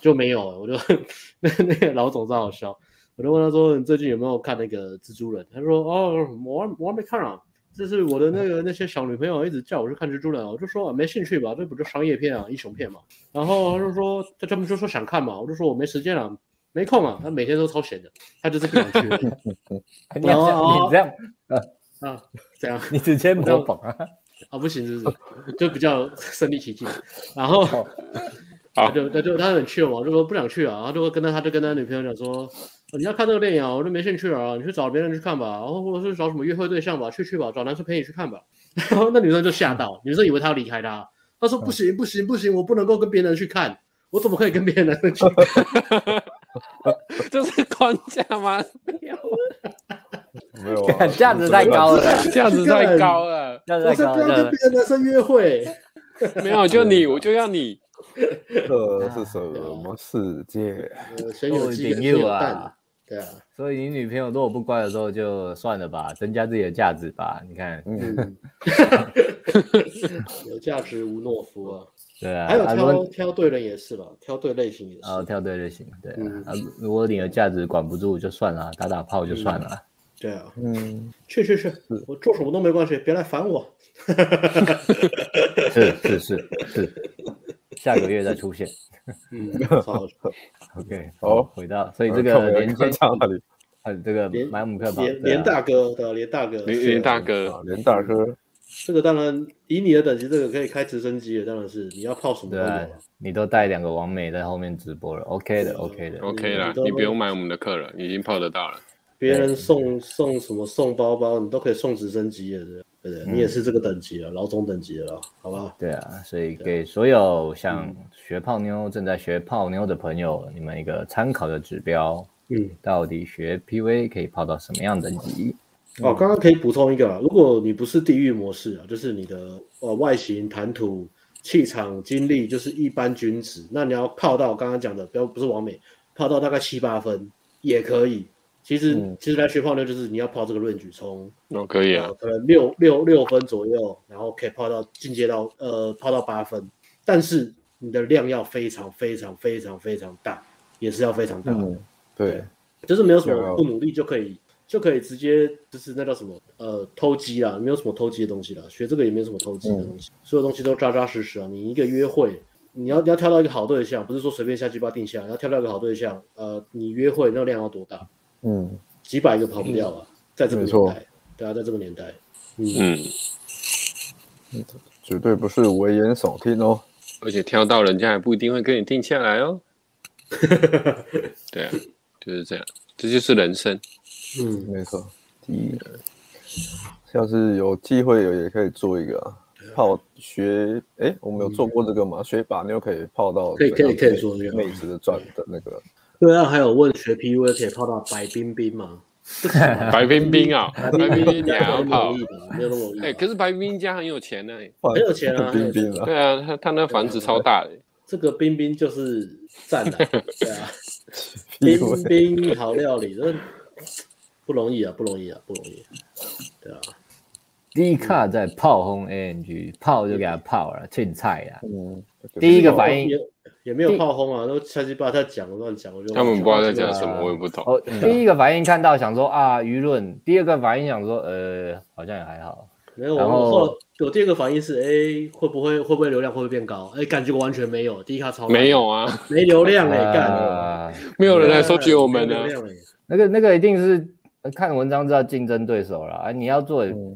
S1: 就没有了。我就 那那个老总真好笑，我就问他说：“你最近有没有看那个蜘蛛人？”他说：“哦，我还我还没看啊，这是我的那个那些小女朋友一直叫我去看蜘蛛人啊，我就说、啊、没兴趣吧，这不就商业片啊，英雄片嘛。”然后他就说：“他他们就说想看嘛，我就说我没时间啊，没空啊。”他每天都超闲的，他就是不想去 而已
S5: 你这样你这样
S1: 啊，这样。
S5: 你直接模仿
S3: 哦
S5: 啊，，
S1: 啊，不行，就是就比较身临其境。然后他就他就他很去嘛，我就说不想去啊，然后就会跟他他就跟他女朋友讲说，哦你要看这个电影啊，我就没兴趣啊，你去找别人去看吧，然后或者是找什么约会对象吧，去去吧，找男生陪你去看吧。 然后那女生就吓到，女生以为他要离开他，他说不行不行不行，我不能够跟别人去看。我怎么可以跟别人去看？
S2: 这是框架吗？
S3: 没有啊
S5: 价值太高了，
S2: 价值太高了，
S5: 价值
S1: 我
S5: 太
S1: 才
S5: 高
S1: 不要跟
S5: 了
S1: 别。人男生约 会。
S2: 没有就你，我就要你。
S3: 这是什么世界？
S1: 呃，先有鸡
S5: 都
S1: 跟
S5: 已经
S1: 有
S5: 有啊
S1: 蛋，对啊，
S5: 所以你女朋友如果不乖的时候，就算了吧，增加自己的价值吧。你看，
S1: 嗯， 有价值无懦夫啊。
S5: 对啊，
S1: 还有
S5: 啊如果
S1: 挑挑对人也是吧，挑对类型也是。
S5: 啊，跳对就行，对啊、
S1: 嗯
S5: 啊如果你的价值管不住就算了，打打炮就算了。
S1: 对啊，
S3: 嗯，
S1: 去去去，我做什么都没关系，别来烦 我。嗯
S5: 是是是是，下个月再出 现。
S1: 嗯， 超好笑
S5: OK，
S3: 好
S5: 回到所以这
S3: 呃看我
S5: 个
S3: 要
S5: 连接
S3: 看到哪里
S5: 呃这个
S1: 连
S5: 买姆克吧，
S1: 连
S5: 对
S1: 连
S5: 啊
S1: 大哥的连大哥，
S2: 林林大哥
S3: 啊，连大哥，
S1: 这个当然以你的等级，这个可以开直升机的，当然是你要泡什么都
S5: 对
S1: 有
S5: 啊
S1: 啊。，
S5: 你都带两个王美在后面直播了，OK 的 OK
S3: 哦
S5: 的，
S2: ，OK 啦
S1: 你，都
S2: 你不用买我们的课了，你已经泡得到了。
S1: 别人送送什么送包包，你都可以送直升机的，对不对？
S5: 嗯
S1: 你也是这个等级了，老总等级了，好吧？
S5: 对啊，所以给所有
S1: 嗯
S5: 想学泡妞、正在学泡妞的朋友，你们一个参考的指标，
S1: 嗯，
S5: 到底学 PV 可以泡到什么样的级？
S1: 哦，刚刚可以补充一个啊，如果你不是地域模式啊，就是你的呃外形、谈吐、气场、经历，就是一般均值，那你要泡到刚刚讲的，不要不是完美，泡到大概七八分也可以。其实、其实来学泡妞就是你要泡这个论据，从
S2: 哦，可以啊
S1: 呃，可能六六六分左右，然后可以泡到进阶到呃泡到八分，但是你的量要非常非常非常非常大，也是要非常大的。
S3: 嗯，对，啊
S1: 就是没有什
S3: 有有
S1: 么不努力就可以就可以直接就是那叫什么呃偷鸡
S3: 嗯
S1: 啊，没有什么偷鸡的东西啦，学这个也没有什么偷鸡的东西，所有东西都扎扎实实啊。你一个约会，你要你要挑到一个好对象，不是说随便瞎鸡巴定下来，要挑到一个好对象，呃，你约会那量要多大？
S3: 嗯，
S1: 几百个跑不掉啊，在这个
S3: 没错
S1: 年代，对啊，在这个年代，
S2: 嗯，
S3: 绝对不是危言耸听哦。
S2: 而且挑到人家还不一定会跟你定下来哦。对啊，就是这样，这就是人生。
S1: 嗯，
S3: 没错，第一个，要是有机会有也可以做一个啊，泡学，哎，我们有做过这个吗？学把妞可以泡到
S1: 可以可以可以做这
S3: 这
S1: 个
S3: 个妹子的转的那个，
S1: 对啊，还有问学 PUA 可以泡到白冰冰吗？
S2: 白冰冰 啊，白冰 冰你还要跑
S1: 没有那么容？易吧？没有那么容易啊吧。
S2: 哎、可是白冰冰家很有钱呢、
S3: 很
S1: 有钱啊
S3: 冰冰啊，
S2: 对啊，他他那房子超大的、
S1: 这个冰冰就是赞啊，对啊，冰
S3: 屁股
S1: 冰好料理，这不容易啊，不容易啊，不容易，对啊，
S5: D 卡
S1: 嗯
S5: 在炮轰 ANG，炮就给他炮了，欠菜啊啦。
S3: 嗯，
S5: 第一个反应
S1: 也也没有炮轰啊，都瞎鸡巴在讲乱讲，我就
S2: 他们不知道在讲什
S5: 对
S2: 么，
S5: 啊
S2: 我也 不懂。
S5: 哦，第一个反应看到想说啊舆论，第二个反应想说呃好像也还好，
S1: 没有，我
S5: 然后
S1: 后来我第二个反应是，哎，会不会会不会流量会不会变高？哎，感觉我完全没有，第一卡超烂
S2: 没有啊，
S1: 没流量哎，干，
S5: 啊，
S2: 没有人来收取我们啊
S1: 没
S2: 呢、
S1: 流量哎，
S5: 那个那个一定是呃看文章知道竞争对手了啊，你要做也
S1: 嗯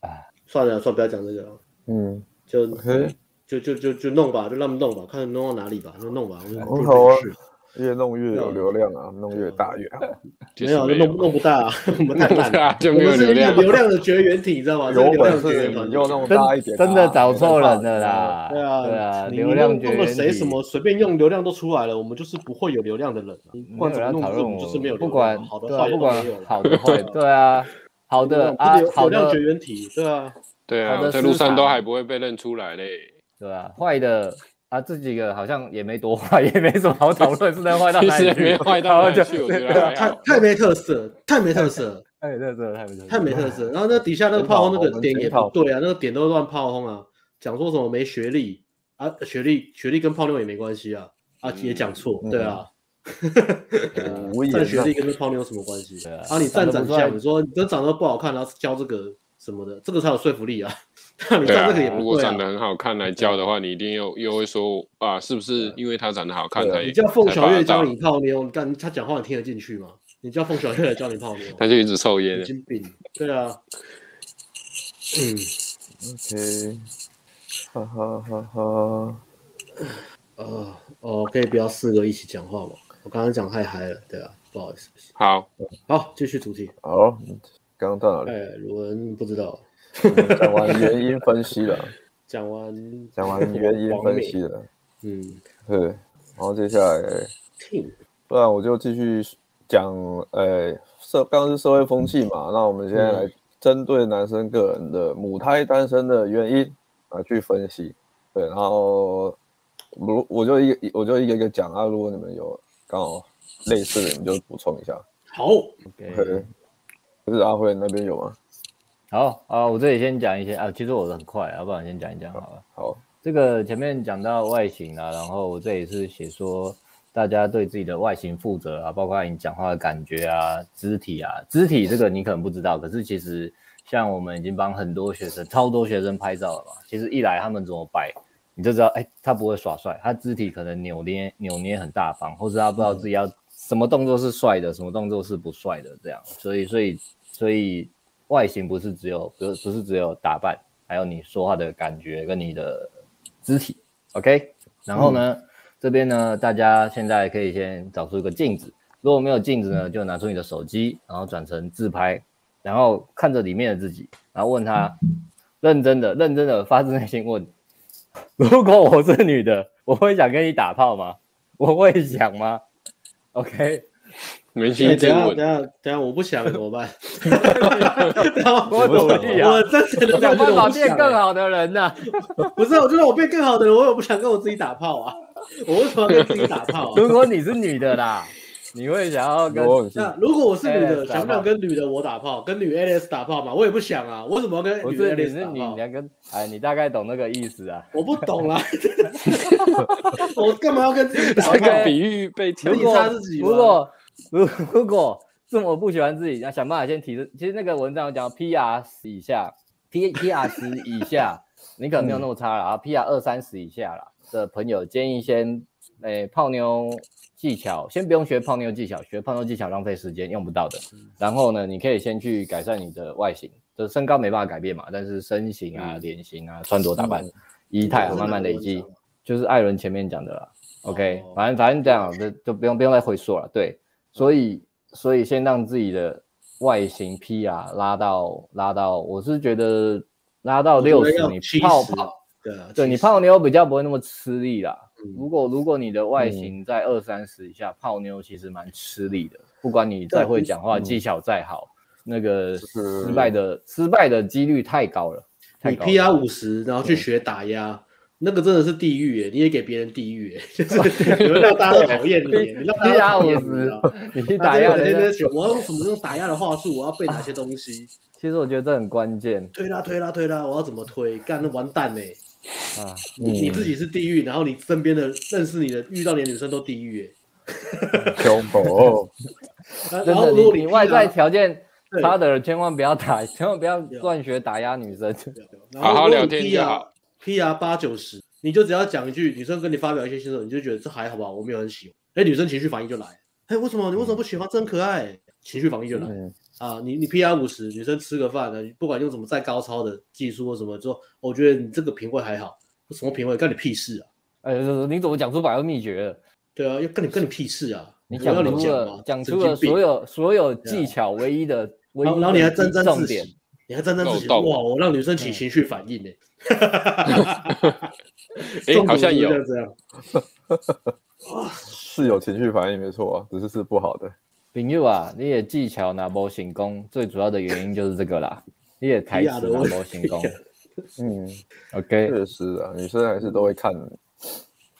S5: 哎，
S1: 算了，算了不要讲这个了，
S3: 嗯
S1: 就
S3: ，OK，
S1: 就就就就弄吧，就让他们弄吧，看弄到哪里吧，就弄吧，我们不
S3: 很好啊
S1: 是
S3: 越弄越有流量啊，弄越大越好，
S2: 就
S1: 没
S2: 是
S1: 有，就
S2: 没
S1: 弄
S2: 有，
S1: 弄不大、啊， 我们太烂
S2: 对
S1: 了。
S2: 啊，就
S1: 我
S2: 没有
S1: 们是
S2: 流
S1: 一个
S2: 量。
S1: 流量的绝缘体，你知道吗？这个
S3: 有
S1: 流量的
S3: 本
S1: 绝
S3: 事
S1: 缘体
S3: 你就弄
S5: 真
S3: 大一点啊，
S5: 真的找错人
S3: 没办法。
S5: 的啦，
S1: 对啊，
S5: 对啊，
S1: 你
S5: 流量
S1: 弄
S5: 绝
S1: 弄个
S5: 缘
S1: 谁
S5: 体
S1: 什么随便用流量都出来了，我们就是不会有流量的人啊。你不
S5: 没
S1: 管
S5: 有
S1: 怎
S5: 人
S1: 么
S5: 要
S1: 弄，
S5: 讨
S1: 就是
S5: 论
S1: 我们就是没有
S5: 我，
S1: 流
S5: 不
S1: 量
S5: 管
S1: 好的
S5: 对啊，
S1: 坏的
S5: 不
S1: 都
S5: 管
S1: 没有了
S5: 好的坏， 对啊，好的啊
S1: 流，
S5: 好
S1: 流量绝
S5: 的
S1: 缘体，对啊，
S2: 对啊，
S5: 好的
S2: 我在路上
S5: 思想
S2: 都还不会被认出 来嘞。
S5: 对啊，坏的啊，这几个好像也没多坏，也没什么好讨论，是能坏到
S2: 其
S5: 哪
S2: 实
S5: 里
S2: 也没
S5: 去？
S2: 坏到哪里
S5: 然后
S2: 去，
S5: 就
S2: 哎我觉得还
S1: 太
S2: 好。
S1: 太没特色，太没特色，
S5: 太没特色哎了，太没特色了，
S1: 太没特色。然后那底下那个炮轰那个点也
S3: 检讨
S1: 不对啊，那个点都乱炮轰啊，讲说什么没学历啊，学历学历跟泡妞也没关系啊，啊也讲错，
S5: 嗯
S1: 对啊，
S3: 无言
S1: 站学
S3: 啊
S1: 历跟这泡妞有什么关系？
S5: 对啊
S1: 啊，你站长
S5: 长得不帅
S1: 相，你说你真长得不好看，然后教这个什么的，这个才有说服力啊。 你
S2: 对
S1: 站
S2: 啊
S1: 这个也，
S2: 如
S1: 不
S2: 果
S1: 对
S2: 长得
S1: 啊。
S2: 很好看来教的话，你一定又又会说啊，是不是因为他长得好看
S3: 对啊
S2: 才
S1: 你叫凤小月
S2: 才
S1: 教
S2: 霸道
S1: 你泡妞，你干他讲话你听得进去吗？你叫凤小月来教你泡妞，
S2: 他就一直抽烟
S1: 神。经病。对啊，嗯，
S3: ，OK，哈哈哈哈，
S1: 呃，哦，可以不要四个一起讲话吗？我刚刚讲太嗨了，对啊，不好意思。
S2: 好，
S1: 好，继续主题。
S3: 好，刚刚到哪里？
S1: 哎，伦不知道，
S3: 讲完原因分析了，
S1: 讲完
S3: 讲完原因分析了，
S1: 嗯
S3: 对，然后接下来。
S1: ，team，
S3: 不然我就继续讲，呃，社刚刚是社会风气嘛，那我们现在
S2: 嗯
S3: 来针对男生个人的母胎单身的原因来去分析，对，然后如我就一个我就一个一个讲啊，如果你们有刚好类似的，你们就补充一下。
S1: 好，
S2: 嗯
S5: OK，
S3: 对，不是阿辉那边有吗？
S5: 好啊，我这里先讲一些啊，其实我的很快啊，要不然我先讲一讲好了。
S3: 好，
S5: 这个前面讲到外形啊，然后我这里是写说大家对自己的外形负责啊，包括你讲话的感觉啊、肢体啊，肢体这个你可能不知道，可是其实像我们已经帮很多学生、超多学生拍照了嘛，其实一来他们怎么摆，你就知道，哎，他不会耍帅，他肢体可能扭捏扭捏很大方，或是他不知道自己要什么动作是帅的，什么动作是不帅的，这样，所以所以所以外形不是只有不是不是只有打扮，还有你说话的感觉跟你的肢体，OK。然后呢，
S1: 嗯
S5: 这边呢，大家现在可以先找出一个镜子，如果没有镜子呢，
S1: 嗯
S5: 就拿出你的手机，然后转成自拍，然后看着里面的自己，然后问他，认真的、认真的、发自内心问： 如果我是女的，我会想跟你打炮吗？我会想吗？OK，
S2: 扪
S1: 哎
S2: 心
S1: 等
S2: 自
S1: 一下，等一
S2: 问，
S1: 下，等一下，我不 想怎么办？然后
S5: 我努力啊
S1: 我真的
S5: 想办法变更啊
S1: 好。
S5: 好的人呐、
S1: 不是，我就让我变更好的人，我也不想跟我自己打炮啊！我为什么要跟自己打炮啊
S5: 如？果你是女的啦，你会想要跟
S3: 如果你是
S1: 那如果我是女
S5: Alex
S1: 的，
S5: 哎打炮
S1: 想不想跟女的我打炮，跟女 Alice 打炮嘛？我也不想啊，我为什么要跟
S5: 不
S1: 女
S5: 是你是
S1: Alice
S5: 你，你
S1: 打炮？
S5: 要跟哎，你大概懂那个意思啊。
S1: 我不懂 啦， 我干嘛要跟自己打
S2: 这
S1: 炮？
S2: 个比喻被听
S1: 如
S5: 如
S1: 果
S5: 果
S1: 差自己吗
S5: 如果如如果这么不喜欢自己，要想办法先提升。其实那个文章有讲 PR 十以下，P PR 十以下，你可能没有那么差了啊，PR 二三十以下啦。的朋友，建议先诶、泡妞技巧，先不用学泡妞技巧，学泡妞技巧浪费时间，用不到的。然后呢，你可以先去改善你的外形，就是身高没办法改变嘛，但是身形
S1: 嗯
S5: 啊、脸型啊、穿着打扮、仪态啊，慢慢累积，就是艾伦前面讲的啦。OK，
S1: 哦嗯
S5: 反正反正这样，就就不用不用再回溯了。对，所以所以先让自己的外形 P 啊拉到拉到，我是觉得拉到六
S1: 啊
S5: 十，你泡泡，
S1: 对啊，
S5: 对你
S1: 70
S5: 泡妞比较不会那么吃力啦。
S1: 嗯
S5: 如果如果你的外形在二三十以下，泡妞其实蛮吃力的。不管你
S1: 啊
S5: 再会讲
S1: 嗯
S5: 话，技巧再好，那个
S3: 是
S5: 失败的失败的几率太高了，太
S1: 你
S5: 高
S1: P R
S5: 了。嗯
S1: 五十，然后去学打压，那个真的是地狱耶！欸你也给别人地狱耶，欸
S5: 哦
S1: 就是你会让大家讨厌你耶，你让大家讨厌你知道吗。
S5: 你去
S1: 大
S5: 打
S1: 家
S5: 压
S1: 可能
S5: 人
S1: 在那，
S5: 家
S1: 边选我要用什么用打压的话术？我要背哪些东 西？
S5: 其实我觉得这很关键
S1: 推啦推啦推啦！我要怎么推？干那完蛋嘞！
S5: 啊。
S1: 你你自己是地狱，然后你身边的认识你的遇到你的女生都地狱耶。
S3: 凶哦狗，
S1: 然
S5: 真
S1: 后
S5: 的，
S1: 如
S5: 你
S1: 果 P
S5: 你
S1: R
S5: 外在 条件
S1: 对啊
S5: 差的人千万不要打，千万不要乱学打压女 生。
S1: 然后
S2: 好好聊天
S1: 如
S2: 就
S1: 果
S2: 好。
S1: 你 PR 八九十，你就只要讲一句，女生跟你发表一些心声，你就觉得这还好吧，我没有很喜欢。哎，女生情绪反应就来，哎，为什么你为什么不喜欢？真可爱，情绪反应就来
S3: 嗯
S1: 啊！你你 PR 五十，女生吃个饭呢，不管用什么再高超的技术或什么，说我觉得你这个品味还好，什么品味干你屁事啊？
S5: 哎，你怎么讲出百万秘诀了？
S1: 对啊，要干你干你屁事啊！
S5: 你
S1: 我要
S5: 讲
S1: 你
S5: 出
S1: 讲吗
S5: 了？讲
S1: 神
S5: 出了
S1: 经病
S5: 所有所有技巧，唯 一的唯一
S1: 然后
S5: 的
S1: 然后你还沾沾
S5: 重
S1: 自
S5: 点，
S1: 喜，你还沾沾自喜，
S2: 漏
S1: 哇！
S2: 洞
S1: 我让女生
S5: 嗯
S1: 起情绪反 应呢、
S2: 哎、
S1: 中毒
S2: 好像
S1: 是
S2: 有
S1: 不是，这样。
S3: 是有情绪反应没错啊，只是是不好的。
S5: 朋友啊，你也技巧拿不行功，最主要的原因就是这个啦。你也台
S1: 啊
S5: 词拿不行 功
S3: 嗯，
S5: ，OK，
S3: 确实啊，女生还是
S1: 嗯
S3: 都会看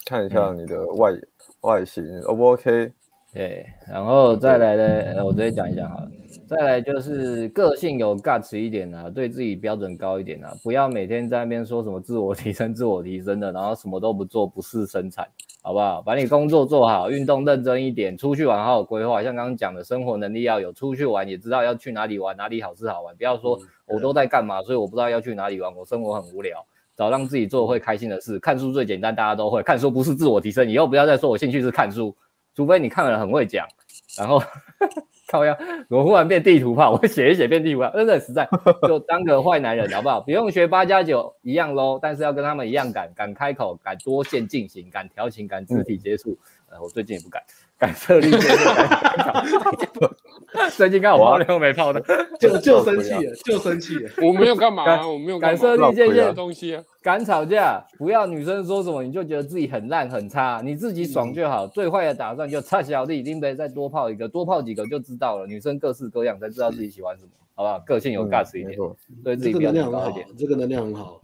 S3: 看一下你的外外形 O 不 OK？
S5: 对，然后再来呢，呃我直接讲一讲好了。再来就是个性有 guts 一点啊，对自己标准高一点啊，不要每天在那边说什么自我提升、自我提升的，然后什么都不做，不事生产，好不好？把你工作做好，运动认真一点，出去玩好好规划。像刚刚讲的，生活能力要有，出去玩也知道要去哪里玩，哪里好吃好玩，不要说我都在干嘛，所以我不知道要去哪里玩，我生活很无聊。找让自己做会开心的事，看书最简单，大家都会。看书不是自我提升，以后不要再说我兴趣是看书，除非你看了很会讲，然后 靠呀，我忽然变地图炮，我写一写变地图炮，真的很实在，就当个坏男人好不好？不用学八加九一样喽，但是要跟他们一样敢敢开口，敢多线进行，敢调情，敢肢体接触。呃，我最近也不敢，敢设立界限。敢最近看我泡妞没泡的，
S1: 就就
S5: 啊
S1: 生气了，就生气了。
S2: 我没有干嘛、啊，
S5: 感
S2: 我没有干
S5: 敢
S2: 嘛，
S5: 设立界
S3: 不要
S5: 限
S2: 这，东西啊，
S5: 敢吵架，不要女生说什么你就觉得自己很烂很差，你自己爽就好。最坏的打算就差小弟，林北再多泡一个，多泡几个就知道了。女生各式各样，才知道自己喜欢什么，好不好？个性有
S3: 嗯
S5: guts 一
S3: 没
S5: 点，
S3: 错
S5: 对自
S1: 这
S5: 己
S1: 个
S5: 标
S1: 能
S5: 准
S1: 量很
S5: 高
S1: 好
S5: 一点。，
S1: 这个能量很好，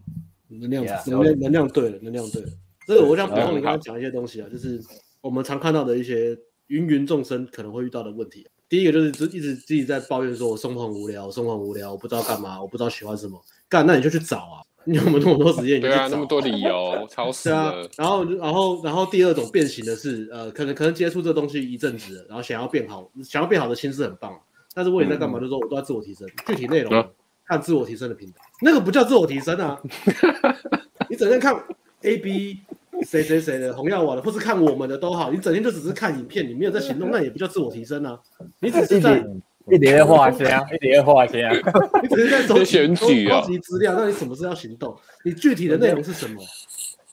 S1: 能量
S5: Yeah，嗯
S1: 能量能量对了，能量对了。所以我想补
S2: 能量
S1: 充你
S2: 很
S1: 刚
S2: 好
S1: 刚讲一些东西啊，就是我们常看到的一些芸芸众生可能会遇到的问题。啊第一个就是一直自己在抱怨说，我生活很无聊，我生活很无聊，我不知道干嘛，我不知道喜欢什么，干那你就去找啊，你有没有那么多时间？你就
S2: 对
S1: 去
S2: 啊，那
S1: 找
S2: 么多理由，吵死
S1: 是啊
S2: 了，，
S1: 然后然后然后第二种变形的是，呃，可能可能接触这东西一阵子了，然后想要变好，想要变好的心是很棒，但是我也在干嘛？就是说我都要自我提升，具体内容呢
S2: 嗯
S1: 看自我提升的平台，那个不叫自我提升 啊，你整天看 A B 谁谁谁的红药丸的，或是看我们的都好，你整天就只是看影片，你没有在 行动，那也不叫自我提升啊，你只是在
S5: 啊一叠画虾，一叠画虾。
S1: 你只是在收
S2: 在
S1: 集
S2: 选举啊
S1: 收集资料，那你什么是要行动？你具体的内容是什么？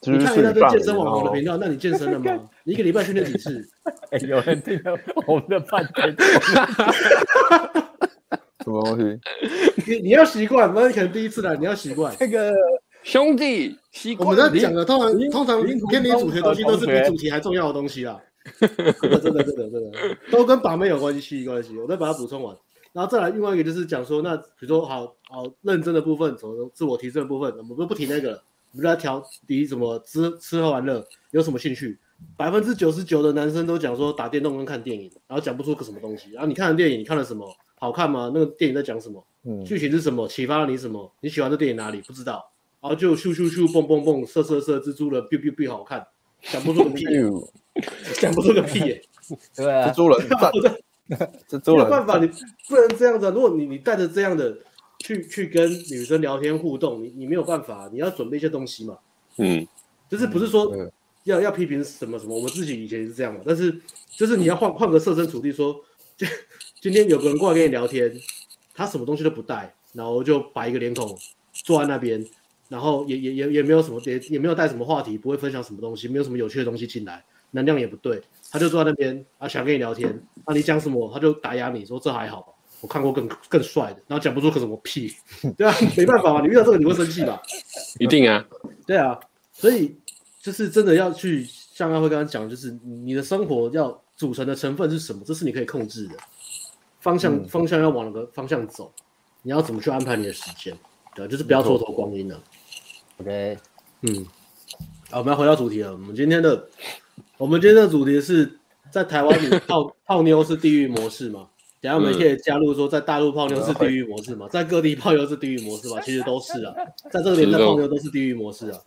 S3: 就是
S1: 你看一大堆健身网红的
S2: 哦
S3: 然后
S1: 频道，那你健身了吗？你一个礼拜训练几次？
S5: 哎，有人听到我们的半天，
S3: 什么东西？
S1: 你你要习惯，不然你可能第一次来，你要习惯。
S5: 这个
S2: 兄弟，习
S1: 我们
S2: 惯
S1: 在讲的通
S5: 林
S1: 常通常
S5: 林
S1: 跟你主题的东西都是比
S5: 同学
S1: 主题还重要的东西 啦。真的真的真的真的，都跟把妹有关系关系。我再把它补充完，然后再来另外一个就是讲说，那比如说好好认真的部分，什么自我提升的部分，我们不不提那个了，我们就来调提什么吃吃喝玩乐，有什么兴趣？百分之九十九的男生都讲说打电动跟看电影，然后讲不出个什么东西。然啊后你看了电影，你看了什么？好看吗？那个电影在讲什么？
S3: 嗯，
S1: 剧情是什么？启发了你什么？你喜欢这电影哪里？不知道，然后就咻咻咻蹦蹦蹦，射射射，蜘蛛人，biu biu biu，好看，讲不出个屁，
S3: 哎呦
S1: 讲不出个屁耶、
S5: 对
S3: 蜘
S5: 啊，
S3: 蛛人赞，蜘蛛
S1: 没有
S3: 人
S1: 办法，你不能这样子啊、如果你你带着这样的去去跟女啊生聊天互动，你你没有办法，你要准备一些东西嘛，
S2: 嗯，
S1: 就是不是说
S3: 嗯对
S1: 要要批评什么什么，我们自己以前也是这样嘛。但是就是你要换换个设身处地说，就今天有个人过来跟你聊天，他什么东西都不带，然后就摆一个脸孔坐在那边，然后也也也也没有什么也也没有带什么话题，不会分享什么东西，没有什么有趣的东西进来，能量也不对，他就坐在那边啊想跟你聊天，啊你讲什么他就打压你说这还好吧。我看过更更帅的，然后讲不出个什么屁， 对啊，没办法嘛，你遇到这个你会生气吧？
S2: 一定啊，
S1: 对啊，所以就是真的要去像阿辉刚刚讲的，就是你的生活要组成的成分是什么，这是你可以控制的方向，方向要往哪个方向走，你要怎么去安排你的时间，对啊、就是不要蹉跎光阴了。
S5: OK，
S1: 嗯，好，我们要回到主题了。我们今天的我们今天的主题是在台湾里泡泡妞是地狱模式吗？等一下我们可以加入说，在大陆泡妞是地狱模式吗？在各地泡妞是地狱模式吗？其实都是啊，在这个年代泡妞都是地狱模式啊，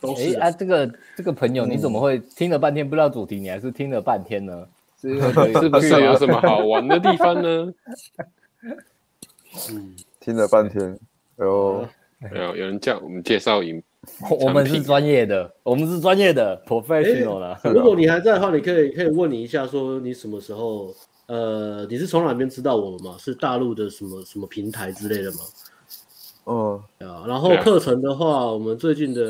S1: 都
S5: 哎
S1: 是啊
S5: 啊，这个这个朋友你怎么会听了半天不知道主题，你还是听了半天呢？是因为
S2: 是不是
S1: 啊
S2: 有什么好玩的地方 呢？
S1: 嗯，
S3: 听了半天，哎然后
S2: 有有人叫我们介绍影，
S5: 我们是专业的，我们是专业的 professional 啦。
S1: 如果你还在的话，你可以可以问你一下，说你什么时候，呃，你是从哪边知道我们吗？是大陆的什么什么平台之类的吗？
S3: 嗯，
S1: 对啊，然后
S2: 对啊
S1: 课程的话，我们最近的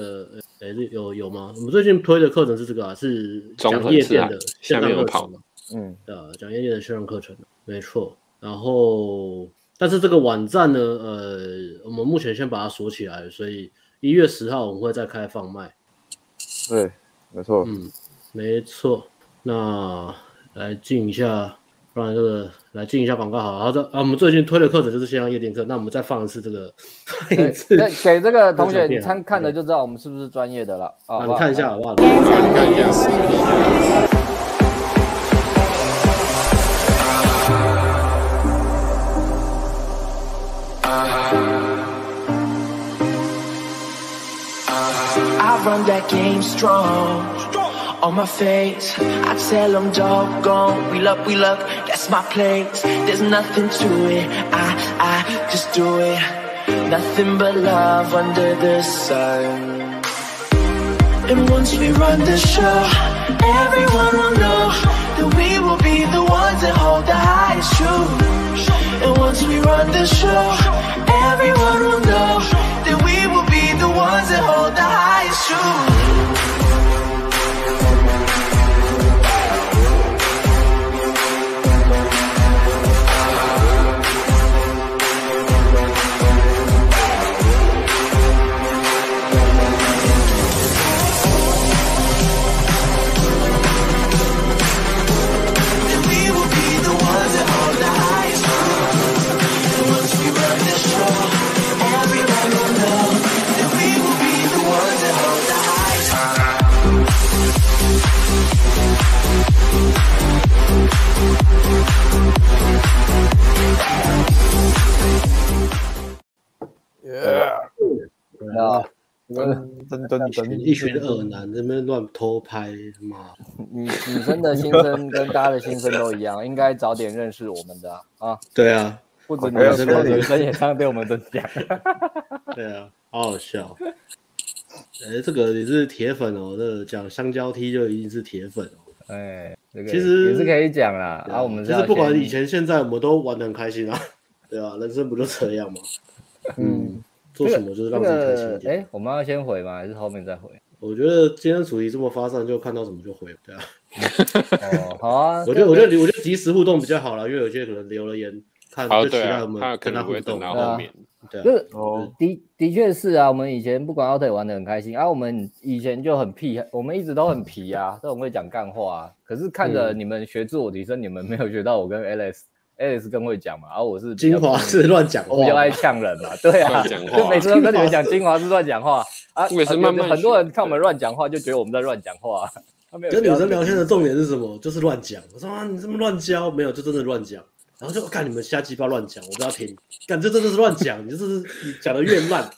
S1: 呃，诶有有吗？我们最近推的课程是这个啊，是
S2: 中
S1: 讲
S2: 横
S1: 夜
S2: 是
S1: 店
S2: 啊
S1: 的
S2: 下
S1: 线上
S2: 面有
S1: 课
S2: 跑
S1: 程嘛，
S3: 嗯，
S1: 对啊，讲夜店的线上课程，啊没错。然后，但是这个网站呢，呃，我们目前先把它锁起来，所以一月十号我们会再开放卖。
S3: 对，没错，
S1: 嗯，没错。那来进一下，不然这个来进一下广告好了。好的，啊，我们最近推的课程就是线上夜店课，那我们再放一 次这个，放一次，
S5: 对，给这个同
S1: 这
S5: 学你
S1: 种片啊
S5: 看看了就知道我们是不是专业的了。好
S1: 啊，
S5: 不
S1: 你
S5: 好
S1: 看一下好不好？
S2: 看一下，
S6: I run that game strong. On my face, I tell them doggone. We look, we look, that's my place. There's nothing to it. I, I just do it. Nothing but love under the sun. And once we run the show, everyone will know that we will be the ones that hold the highest truth. And once we run the show, everyone will know that we will be the ones that hold the highest truth. That we will be the ones that hold the highest truth. And once we run the show, everyone will know that we will be the ones that hold the highest truth.
S3: Yeah
S5: 啊，
S3: 噔噔噔噔，
S1: 一群恶男在那边乱偷拍，妈！
S5: 女女生的心声跟大家的心声都一样，应该早点认识我们的啊啊，
S1: 对啊，
S5: 不止女
S3: 没有
S5: 生，
S3: 错
S5: 女生也常对我们这样。
S1: 对啊，好好笑。 哎，这个你是铁粉哦，这个讲香蕉踢就一定是铁粉哦。
S5: 哎，这个
S1: 其实
S5: 也是可以讲啦。
S1: 对
S5: 啊，我们
S1: 其
S5: 是要
S1: 实不管
S5: 先
S1: 以前现在，我们都玩的很开心啊。对啊，人生不就这 样吗？
S3: 嗯，
S1: 做什么就是让自己开心一
S5: 这个
S1: 点。
S5: 哎，我们要先回吗？还是后面再回？
S1: 我觉得今天主题这么发散，就看到什么就回，对啊。
S5: 哦，好啊。
S1: 我觉得，我觉得，我觉得及时互动比较好了，因为有些可能留了言，看
S2: 好
S1: 就期
S2: 对
S1: 待
S2: 啊
S1: 我，
S2: 他
S1: 们
S2: 可
S1: 跟他
S2: 能
S1: 互
S2: 会
S1: 动。
S2: 等到
S5: 对啊
S2: 后面，
S1: 对啊，
S5: 就是
S3: 哦，
S5: 的的确是啊，我们以前不管奥特也玩的很开心啊，我们以前就很屁，我们一直都很皮啊，都很会讲干话啊。可是看
S1: 嗯
S5: 着你们学自我提升，你们没有学到我跟 Alex，Alex 更会讲嘛，而、我是比较
S1: 精华是乱讲话哦
S5: 我比较爱呛人嘛，对啊，
S2: 乱讲话
S5: 就每次都跟你 们讲精华是乱讲话啊，
S2: 我也是慢慢
S5: 有很多人看我们乱讲话，就觉得我们在乱讲话、啊。他没有
S1: 跟女
S5: 觉得
S1: 生聊天的重点是什么？就是乱讲。我说啊，你这么乱教，没有，就真的乱讲。然后就看你们瞎鸡巴乱讲，我不要听。感这真的是乱讲，你这是 你讲的越烂，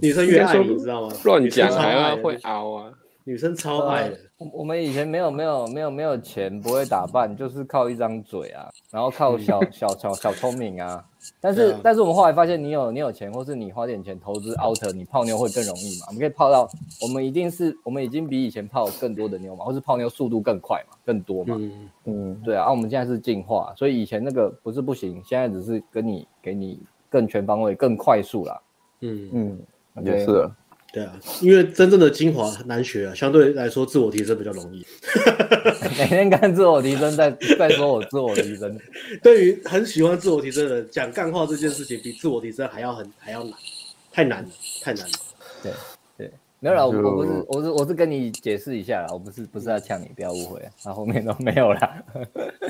S1: 女生越爱你，知道吗？
S2: 乱讲还
S1: 女生超爱
S2: 要
S1: 的
S2: 会凹啊，
S1: 女生超爱的，
S5: 我我们以前没有没有没有没有钱，不会打扮，就是靠一张嘴啊，然后靠小小小小聪明啊。但是、
S1: 嗯对啊
S5: 但是我们后来发现，你有你有钱，或是你花点钱投资 outer，你泡妞会更容易嘛？我们可以泡到，我们一定是我们已经比以前泡更多的妞嘛，或是泡妞速度更快嘛，更多
S2: 呃
S5: 嘛。
S1: 嗯，
S3: 嗯，
S5: 对啊，啊我们现在是进化，所以以前那个不是不行，现在只是跟你给你更全方位、更快速啦。
S1: 嗯，
S3: 嗯，
S5: OK
S3: 也是啊，
S1: 对啊，因为真正的精华难学啊，相对来说自我提升比较容易。
S5: 每天干自我提升，再再说我自我提升，
S1: 对于很喜欢自我提升的人，讲干话这件事情比自我提升还要很还要难，太难了，太 难了。
S5: 没有啦，我
S3: 就
S5: 我不是我是我是跟你解释一下啦，我不是不是要呛你，不要误会啊，那后面都没有啦。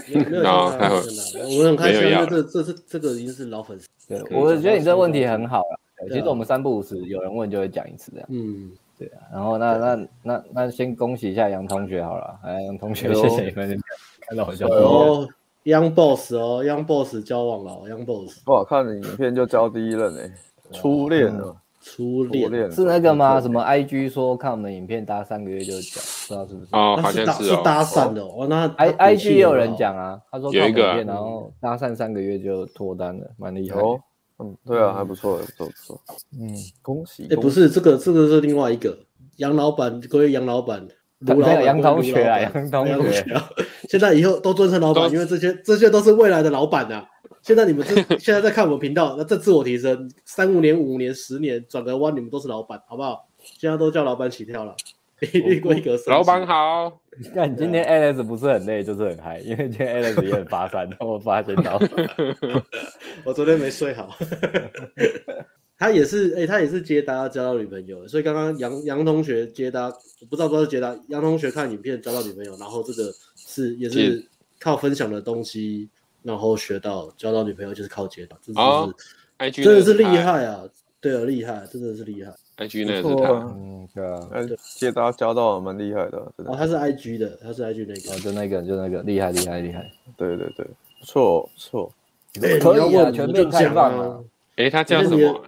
S1: 没有没有
S2: 哦好
S1: 开玩笑的，我很开心
S2: 没有要
S1: 啊，
S2: 了
S1: 这这这这个已经是老粉丝。
S5: 对，
S2: 嗯
S5: 我觉得你这个问题很好啦。对
S1: 对啊
S5: 其实我们三不五时有人问就会讲一次这样，
S1: 嗯，
S5: 对啊。然后那那那那先恭喜一下杨同学好了，哎，杨同学
S3: 哎呦
S5: 谢谢你们看到我笑
S3: 哎呦
S5: 话。
S1: 哦，Young Boss 哦，Young Boss 交往了哦，Young Boss
S3: 不好看的影片就交第一任诶，初恋啊，
S1: 初
S3: 初
S1: 恋，
S3: 恋哦
S5: 是那个吗？什么 IG 说看我们影片搭三个月就讲，不知道是不是
S2: 哦，
S1: 那
S2: 好
S1: 是
S2: 像
S1: 搭
S2: 是哦，
S1: 搭讪的哦，哦那他
S5: ？I
S1: 他
S5: I
S1: 骨气
S5: G 也有
S1: 很
S5: 人
S1: 好，
S5: 讲啊，他说
S2: 有
S5: 看
S2: 一个啊
S5: 我影片然后搭讪三个月就脱单了，蛮厉害的。
S3: 有，嗯，对啊，还不错，还不错，不错，嗯，恭喜，
S1: 哎，不是这个，这个是另外一个杨老板归杨老板。卢老
S5: 没有
S1: 板
S5: 杨
S1: 归卢
S5: 同学啊
S1: 老板
S5: 杨同学
S1: 啊，现在以后都尊称老板，
S2: 都
S1: 因为这些这些都是未来的老板呐。现在你们这现在在看我们频道，那这自我提升，三五年、五年、十年，转个弯，你们都是老板，好不好？现在都叫老板起跳了，一律规格升级。
S2: 老板好，
S5: 那你今天 Alex 不是很累，就是很嗨，因为今天 Alex 也很发散， 我发现到。
S1: 我昨天没睡好。他也是，哎、他也是接搭交到女朋友，所以刚刚杨杨同学接搭，我不知道不知道是接搭，杨同学看影片交到女朋友，然后这个是也是
S2: 接
S1: 靠分享的东西，然后学到交到女朋友就是靠接搭，这真
S2: 哦
S1: 的
S2: ，IG
S1: 是、真的是厉
S2: 那个太
S1: 害啊，对啊，厉害，真的是厉害。
S2: ，IG 那
S3: 不
S2: 个是
S3: 错
S2: 他，
S3: 啊，
S5: 嗯，对啊，
S3: 哎，借大家交到蛮厉害的啊，真
S1: 哦，
S3: 的，
S1: 他是 IG 的，他是 IG 那
S5: 哦，
S1: 个，
S5: 就那个，就那个，厉害，厉害，厉害。
S3: 对对对，不错不错，
S1: 哎
S5: 可以啊
S1: 你要问
S5: 全
S1: 我
S5: 面
S1: 就
S5: 开
S1: 讲
S5: 放啊
S1: 啊。
S2: 诶，他叫什么啊？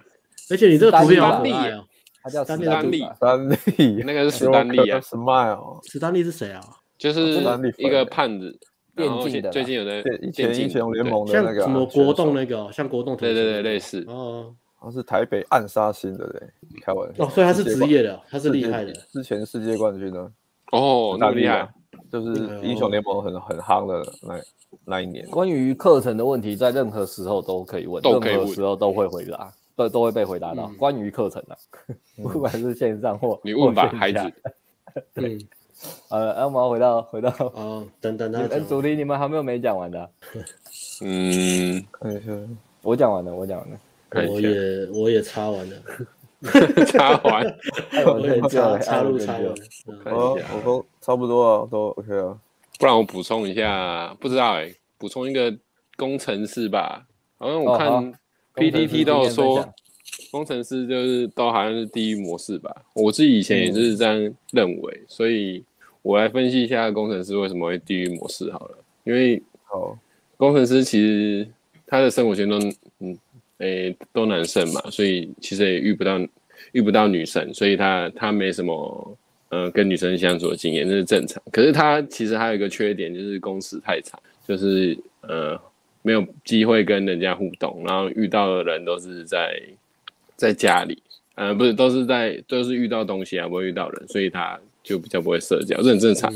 S1: 而且你这个图片好
S2: 史丹利
S1: 可
S2: 啊
S1: 爱哦，
S5: 他叫史啊
S2: 丹
S5: 丹
S2: 利
S5: 利，
S3: 丹利，
S2: 那个是史丹利啊，
S3: ，Smile，
S1: 史丹利是谁啊？
S2: 就是
S3: 史丹利
S2: 一个胖子，
S5: 电
S2: 然后
S5: 竞
S2: 现
S5: 的啦
S2: 最近有在
S3: 对以前
S2: 电竞
S3: 英雄联
S2: 对
S3: 盟的
S1: 像
S3: 那个啊
S1: 什么
S3: 选手
S1: 国动那个哦、像国动
S2: 对对对类
S1: 似
S2: 似，
S1: 哦。
S3: 他是台北暗杀星的嘞，开玩笑
S1: 哦，所以他是
S3: 世界
S1: 职
S3: 冠
S1: 业的，他是厉
S3: 世界
S1: 害的。
S3: 之前世界冠军呢，
S2: 哦，那
S3: 大
S2: 么
S3: 力
S2: 厉
S3: 啊
S2: 害，
S3: 就是英
S1: 哦
S3: 雄联盟很很夯的那那一年。
S5: 关于课程的问题，在任何时候都可以问，
S2: 都可以问
S5: 任何时候都会回答，都都会被回答到。
S1: 嗯
S5: 关于课程啊， 不管是线上或
S2: 你问吧，
S5: 或线下
S2: 孩子，
S1: 嗯，
S5: 呃，那我们要回到回到
S1: 哦，等等
S5: 你
S1: 他
S5: 们
S1: 讲
S5: 主题，你们还没有没讲完的啊，
S2: 嗯，
S3: 看一下，
S5: 我讲完了，我讲完了。
S2: 看
S1: 我
S2: 一下，
S1: 也我也擦完了，
S2: 插完，
S5: 哎
S1: 我也插插入插完了。。嗯
S3: 哦，我都差不多啊，都 OK 啊。
S2: 不然我补充一下，不知道哎，补充一个工程师吧，好像我
S5: 哦好
S2: 看 PPT 都有
S5: 工程师今天分
S2: 说
S5: 享。
S2: 工程师就是都好像是地狱模式吧，我自己以前也是这样认为，所以我来分析一下工程师为什么会地狱模式好了，因为
S3: 好，
S2: 工程师其实他的生活圈都嗯诶、都男生嘛，所以其实也遇不到遇不到女生，所以他他没什么呃跟女生相处的经验，这是正常。可是他其实还有一个缺点就是工时太长，就是呃没有机会跟人家互动，然后遇到的人都是在在家里，呃不是都是在都是遇到东西啊，不会遇到人，所以他就比较不会社交，这很正常。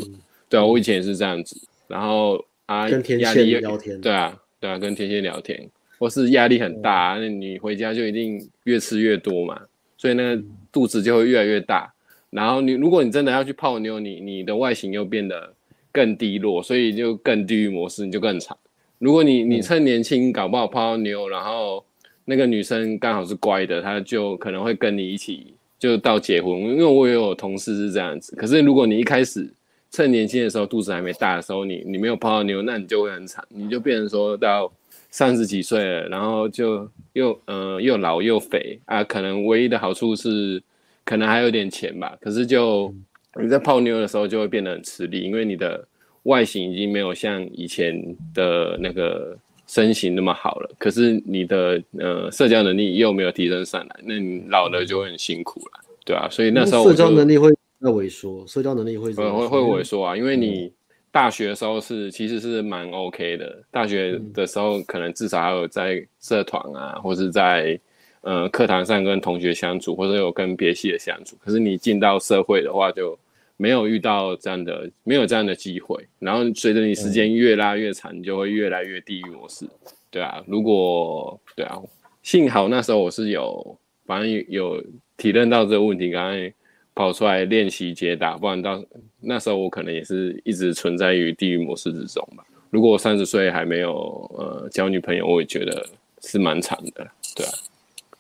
S2: 对啊，我以前也是这样子，然后啊
S1: 嗯跟天
S2: 压
S1: 线
S2: 力又
S1: 聊天
S2: 对啊对啊，跟天线聊天，或是压力很大、啊，
S1: 嗯
S2: 那你回家就一定越吃越多嘛，所以那
S1: 嗯
S2: 个肚子就会越来越大。然后你如果你真的要去泡妞，你你的外形又变得更低落，所以就更地狱模式，你就更惨。如果你你趁年轻搞不好泡到妞，然后那个女生刚好是乖的，她就可能会跟你一起就到结婚，因为我也有同事是这样子。可是如果你一开始趁年轻的时候肚子还没大的时候，你你没有泡到妞，那你就会很惨，你就变成说到三十几岁了，然后就又呃又老又肥啊，可能唯一的好处是可能还有点钱吧，可是就你在泡妞的时候就会变得很吃力，因为你的外形已经没有像以前的那个身形那么好了，可是你的呃社交能力又没有提升上来，那你老了就会很辛苦了，对啊，所以那时候我
S1: 社交
S2: 就
S1: 能力会在萎缩，社交能力会
S2: 会会会萎缩啊，因为你大学的时候是其实是蛮 OK 的，大学的时候可能至少还有在社团啊，或是在呃课堂上跟同学相处，或者有跟别系的相处。可是你进到社会的话，就没有遇到这样的没有这样的机会，然后随着你时间越拉越长，你就会越来越地狱模式，对啊，如果对啊，幸好那时候我是有反正有有体认到这个问题，赶快跑出来练习解答，不然到那时候我可能也是一直存在于地狱模式之中吧。如果我三十岁还没有呃交女朋友，我也觉得是蛮惨的，对啊，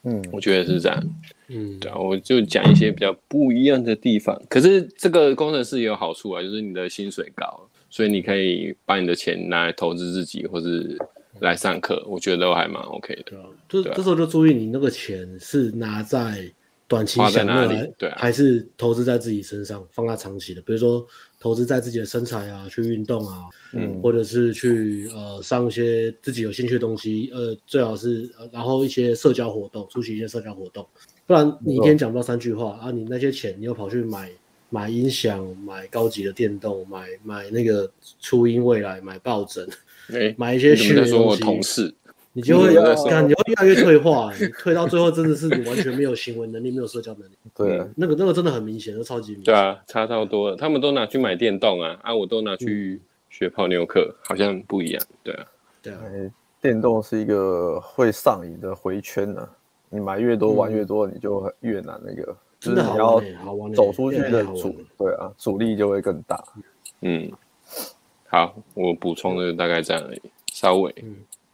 S3: 嗯，
S2: 我觉得是这样。
S1: 嗯，
S2: 对啊，我就讲一些比较不一样的地方。可是这个工程师也有好处啊，就是你的薪水高，所以你可以把你的钱拿来投资自己，或是来上课，我觉得都还蛮 OK 的。
S1: 对啊，就
S2: 对啊
S1: 这时候就注意你那个钱是拿在短期
S2: 花在
S1: 享
S2: 哪
S1: 乐
S2: 里
S1: 来，
S2: 对啊
S1: 还是投资在自己身上，放在长期的，比如说投资在自己的身材啊，去运动啊，嗯，或者是去呃上一些自己有兴趣的东西，呃，最好是、呃然后一些社交活动，出席一些社交活动，不然你一天讲不到三句话啊，你那些钱你又跑去买。买音响，买高级的电动，买买那个初音未来，买抱枕，
S2: 哎、
S1: 买一
S2: 你
S1: 些
S2: 怎
S1: 虚
S2: 么
S1: 的
S2: 在说
S1: 东
S2: 我
S1: 西。
S2: 同事？
S1: 你就会
S2: 有的时候
S1: 感觉越来越退化、你退到最后真的是你完全没有行为能力，没有社交能力，
S2: 嗯
S3: 对，啊
S1: 那个那个真的很明显，那超级明显。
S2: 对啊，差超多了。他们都拿去买电动啊，啊，我都拿
S1: 嗯
S2: 去学泡妞课，好像不一样。对啊，
S1: 对啊，
S3: 哎电动是一个会上瘾的回圈呢、你买越多玩越多，你就很越难那个，就
S1: 嗯真
S3: 是
S1: 的
S3: 你
S1: 好
S3: 要
S1: 玩欸好玩欸
S3: 走出去
S1: 越来
S3: 的
S1: 越好玩
S3: 阻
S1: 欸，
S3: 对啊，阻力就会更大。
S2: 嗯，好，我补充的大概这样而已，稍微。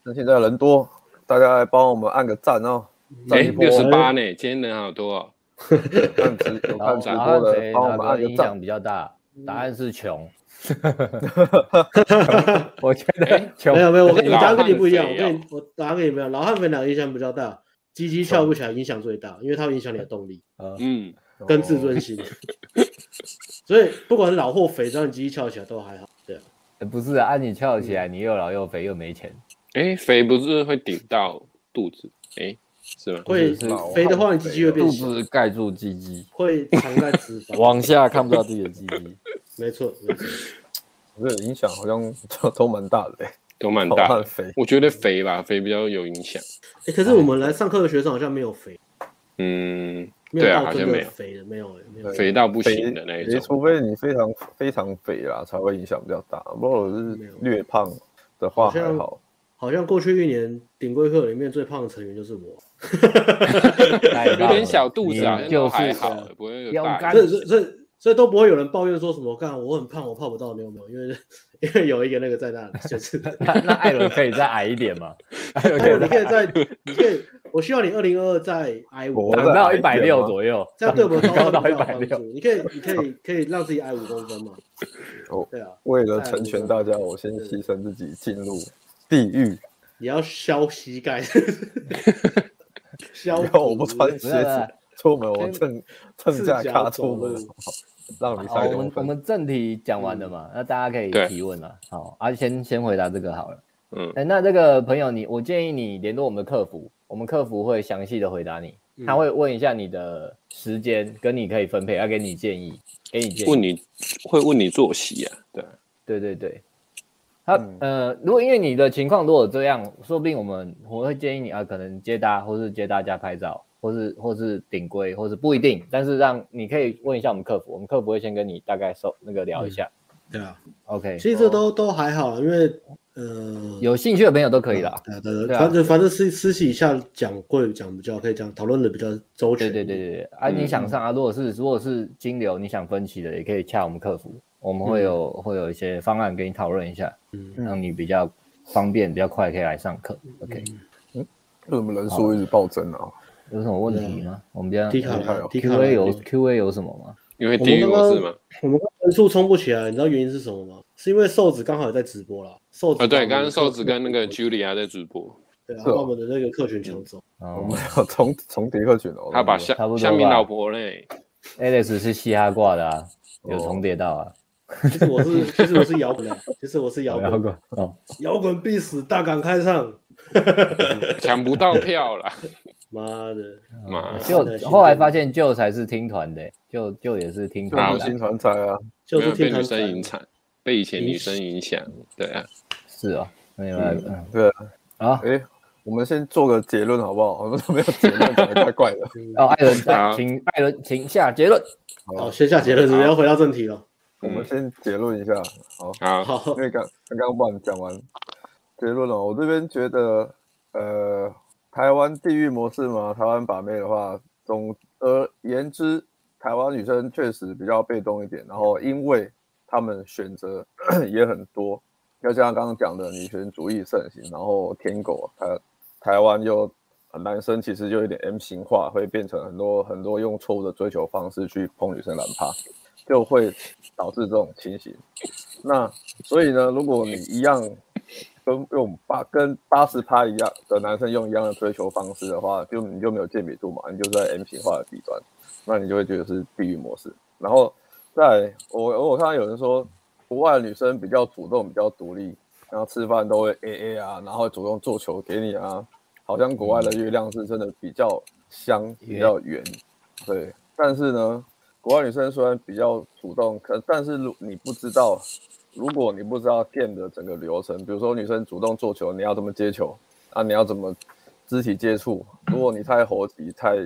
S3: 那现在人多，大家来帮我们按个赞哦，
S2: 哎、
S1: 嗯
S3: 赞一波
S2: 六，十八呢，今天人好多哦。
S3: 看直有
S5: 然后
S3: 看
S5: 我
S3: 直
S5: 答案
S3: 播
S5: 谁
S3: 的，帮
S5: 哪
S3: 我们按
S5: 哎个
S3: 个
S5: 影响
S3: 赞。
S5: 比较大？答案是穷。我觉得穷
S1: 没有没有，我跟你
S2: 老
S1: 答案跟你
S2: 汉
S1: 不一样，我
S2: 肥哦
S1: 跟你我答案跟你不一样，老汉们两个影响比较大，鸡鸡
S2: 啊
S1: 翘不起来影响最大，因为它会影响你的动力
S2: 嗯，
S5: 哦
S1: 跟自尊心。所以不管是老或肥，只要你鸡鸡翘起来都还好。对啊，
S5: 不是啊，啊你翘起来，你又老又肥又没钱，
S2: 哎、肥不是会顶到肚子？哎、是吗？
S1: 会
S5: 是老
S1: 肥的话，你鸡鸡会变
S5: 肚
S1: 小，
S5: 子盖住鸡鸡，
S1: 会藏在 脂肪。
S5: 往下看不到自己的鸡 鸡。
S1: 没错，没错。
S3: 哦这个影响好像 都都蛮大的、欸，
S2: 都蛮
S3: 好
S2: 大
S3: 汉
S2: 的。
S3: 肥。
S2: 我觉得肥吧，肥比较有影响。
S1: 哎，可是我们来上课的学生好像没有肥，
S2: 嗯，
S1: 没有
S2: 对啊，
S1: 到
S2: 好
S1: 真
S2: 像没
S1: 的
S2: 有
S1: 肥的，没有欸没有。
S2: 肥到不
S3: 肥
S2: 行的那一
S3: 肥
S2: 种。
S3: 除非你非常非常肥啦，才会影响比较大。如果是
S1: 没有
S3: 略胖的话
S1: 好像
S3: 还好，
S1: 好像过去一年顶规课里面最胖的成员就是我，
S5: 有
S2: 有点小肚子啊，好像都
S5: 就
S2: 还
S5: 是
S2: 好，不会有
S5: 要
S2: 大
S5: 干
S2: 影
S1: 所以所以所以所以都不会有人抱怨说什么，干我很胖，我泡不到妞没有，因为 因为有一个那个在那里，就是
S5: 那那艾伦可以再矮一点吗？艾伦
S1: 还
S5: 可
S1: 有
S5: 以
S1: 你
S5: 再
S1: 可以 在，你可以，我希望你二零二二再挨五
S3: 我，
S5: 长到一百六左右，
S1: 这样对我们高
S5: 高
S1: 中
S5: 到
S1: 比较
S5: 一
S1: 有
S5: 百
S1: 帮助
S5: 六。。
S1: 你可以你可以可以让自己挨五公分嘛
S3: 哦？
S1: 对啊，
S3: 为
S5: 哎
S3: 了成全大家，我先牺牲自己进入地狱。
S1: 你要削膝 盖，削
S3: 然后我不
S1: 骨
S3: 穿鞋
S5: 哦不是
S3: 子
S5: 啊
S3: 出门，我
S5: 跟
S3: 蹭蹭架咖出门
S1: 赤脚，
S3: 让你
S5: 好，
S3: 三
S5: 我
S3: 公
S5: 们我
S3: 分。
S5: 们正题讲完了嘛？那大家可以
S2: 对
S5: 提问了。好，啊，先先回答这个好了。
S2: 嗯
S5: 哎，那这个朋友你，我建议你联络我们的客服，我们客服会详细的回答你，他会问一下你的时间，跟你可以分配，要给你建议，给你建议。
S2: 问你会问你作息啊？对啊，
S5: 对对对，他、呃，如果因为你的情况如果这样，说不定我们我会建议你啊，可能接搭或是接搭加拍照，或是或是顶规，或是不一定，但是让你可以问一下我们客服，我们客服会先跟你大概收那个聊一下。
S1: 对啊，
S5: OK，
S1: 其实这都都还好，因为呃
S5: 有兴趣的朋友都可以啦。
S1: 对啊对啊
S5: 对啊
S1: 反正反正私私底下讲会讲比较可以讲讨论的比较周
S5: 对
S1: 全。
S5: 对对对对，啊，
S2: 嗯
S5: 你想上啊？如果是如果是金流，你想分期的，也可以洽我们客服，我们会有、会有一些方案跟你讨论一下，
S1: 嗯
S5: 让你比较方便、比较快可以来上课。OK，
S3: 为什么人数一直暴增啊？
S5: 有什么问题吗？我们这样
S1: 迪卡
S2: 嗯
S3: 还有
S1: 迪卡
S5: Q A 有 Q A 有什么吗？
S2: 因为
S1: 我
S2: 地
S1: 们
S2: 狱
S1: 刚
S2: 模式
S1: 刚
S2: 嘛。
S1: 我们刚刚人数冲不起来，你知道原因是什么吗？是因为瘦子刚好也在直播啦。瘦子
S2: 啊，
S1: 把
S2: 对，
S1: 我们
S2: 刚刚
S1: 的
S2: 瘦
S1: 客
S2: 子跟那个 Julia 在直播，
S1: 对啊，
S3: 是哦
S1: 把我们的那个客群抢走。
S2: 嗯
S5: 哦
S3: 我们要重重迪克群哦，
S2: 他把
S3: 下
S2: 夏
S5: 差不多吧
S2: 夏明老婆嘞，
S5: Alex 是嘻哈挂的啊，有重叠到啊。
S1: 其实我是，其实我是摇滚的，其实我是摇
S5: 聊
S1: 滚，
S5: 过哦，
S1: 摇滚必死，大港开唱，
S2: 抢不到票啦，
S1: 妈的，
S2: 妈的，
S5: 就后来发现旧才是听团的，就就也是听
S3: 就
S5: 团
S2: 好
S3: 是
S5: 的
S3: 新团才啊，
S1: 就
S2: 没
S1: 是
S2: 有被
S1: 天
S2: 女
S1: 堂
S2: 生影响，被以前女生影响，
S1: 嗯
S2: 对啊，
S5: 是哦，那你们嗯
S3: 对啊，
S5: 好
S3: 哎、我们先做个结论好不好？我 们都没有结论，讲得怪怪 的。
S5: 哦，艾伦
S2: 好
S5: 请艾伦请下结论，
S1: 哦，先下结论，你要回到正题了。
S3: 我们先结论一下，好，
S2: 好，
S1: 好
S3: 因，为刚刚刚忘讲完结论了，我这边觉得，呃，台湾地域模式嘛，台湾把妹的话，总而言之，台湾女生确实比较被动一点，然后因为她们选择 也很多，要像刚刚讲的女权主义盛行，然后舔狗，台台湾又男生其实就有点 M 型化，会变成很多很多用错误的追求方式去碰女生懒趴，就会导致这种情形。那所以呢，如果你一样跟用八跟八十趴一样的男生用一样的追求方式的话，就你就没有鉴别度嘛，你就是在 M 型化的底端，那你就会觉得是地狱模式。然后在我我看到有人说，国外的女生比较主动，比较独立，然后吃饭都会 A A 啊，然后主动做球给你啊，好像国外的月亮是真的比较香，比较圆，对。但是呢，国外女生虽然比较主动，可但是如你不知道，如果你不知道 game 的整个流程，比如说女生主动做球，你要怎么接球啊？你要怎么肢体接触？如果你太猴急、太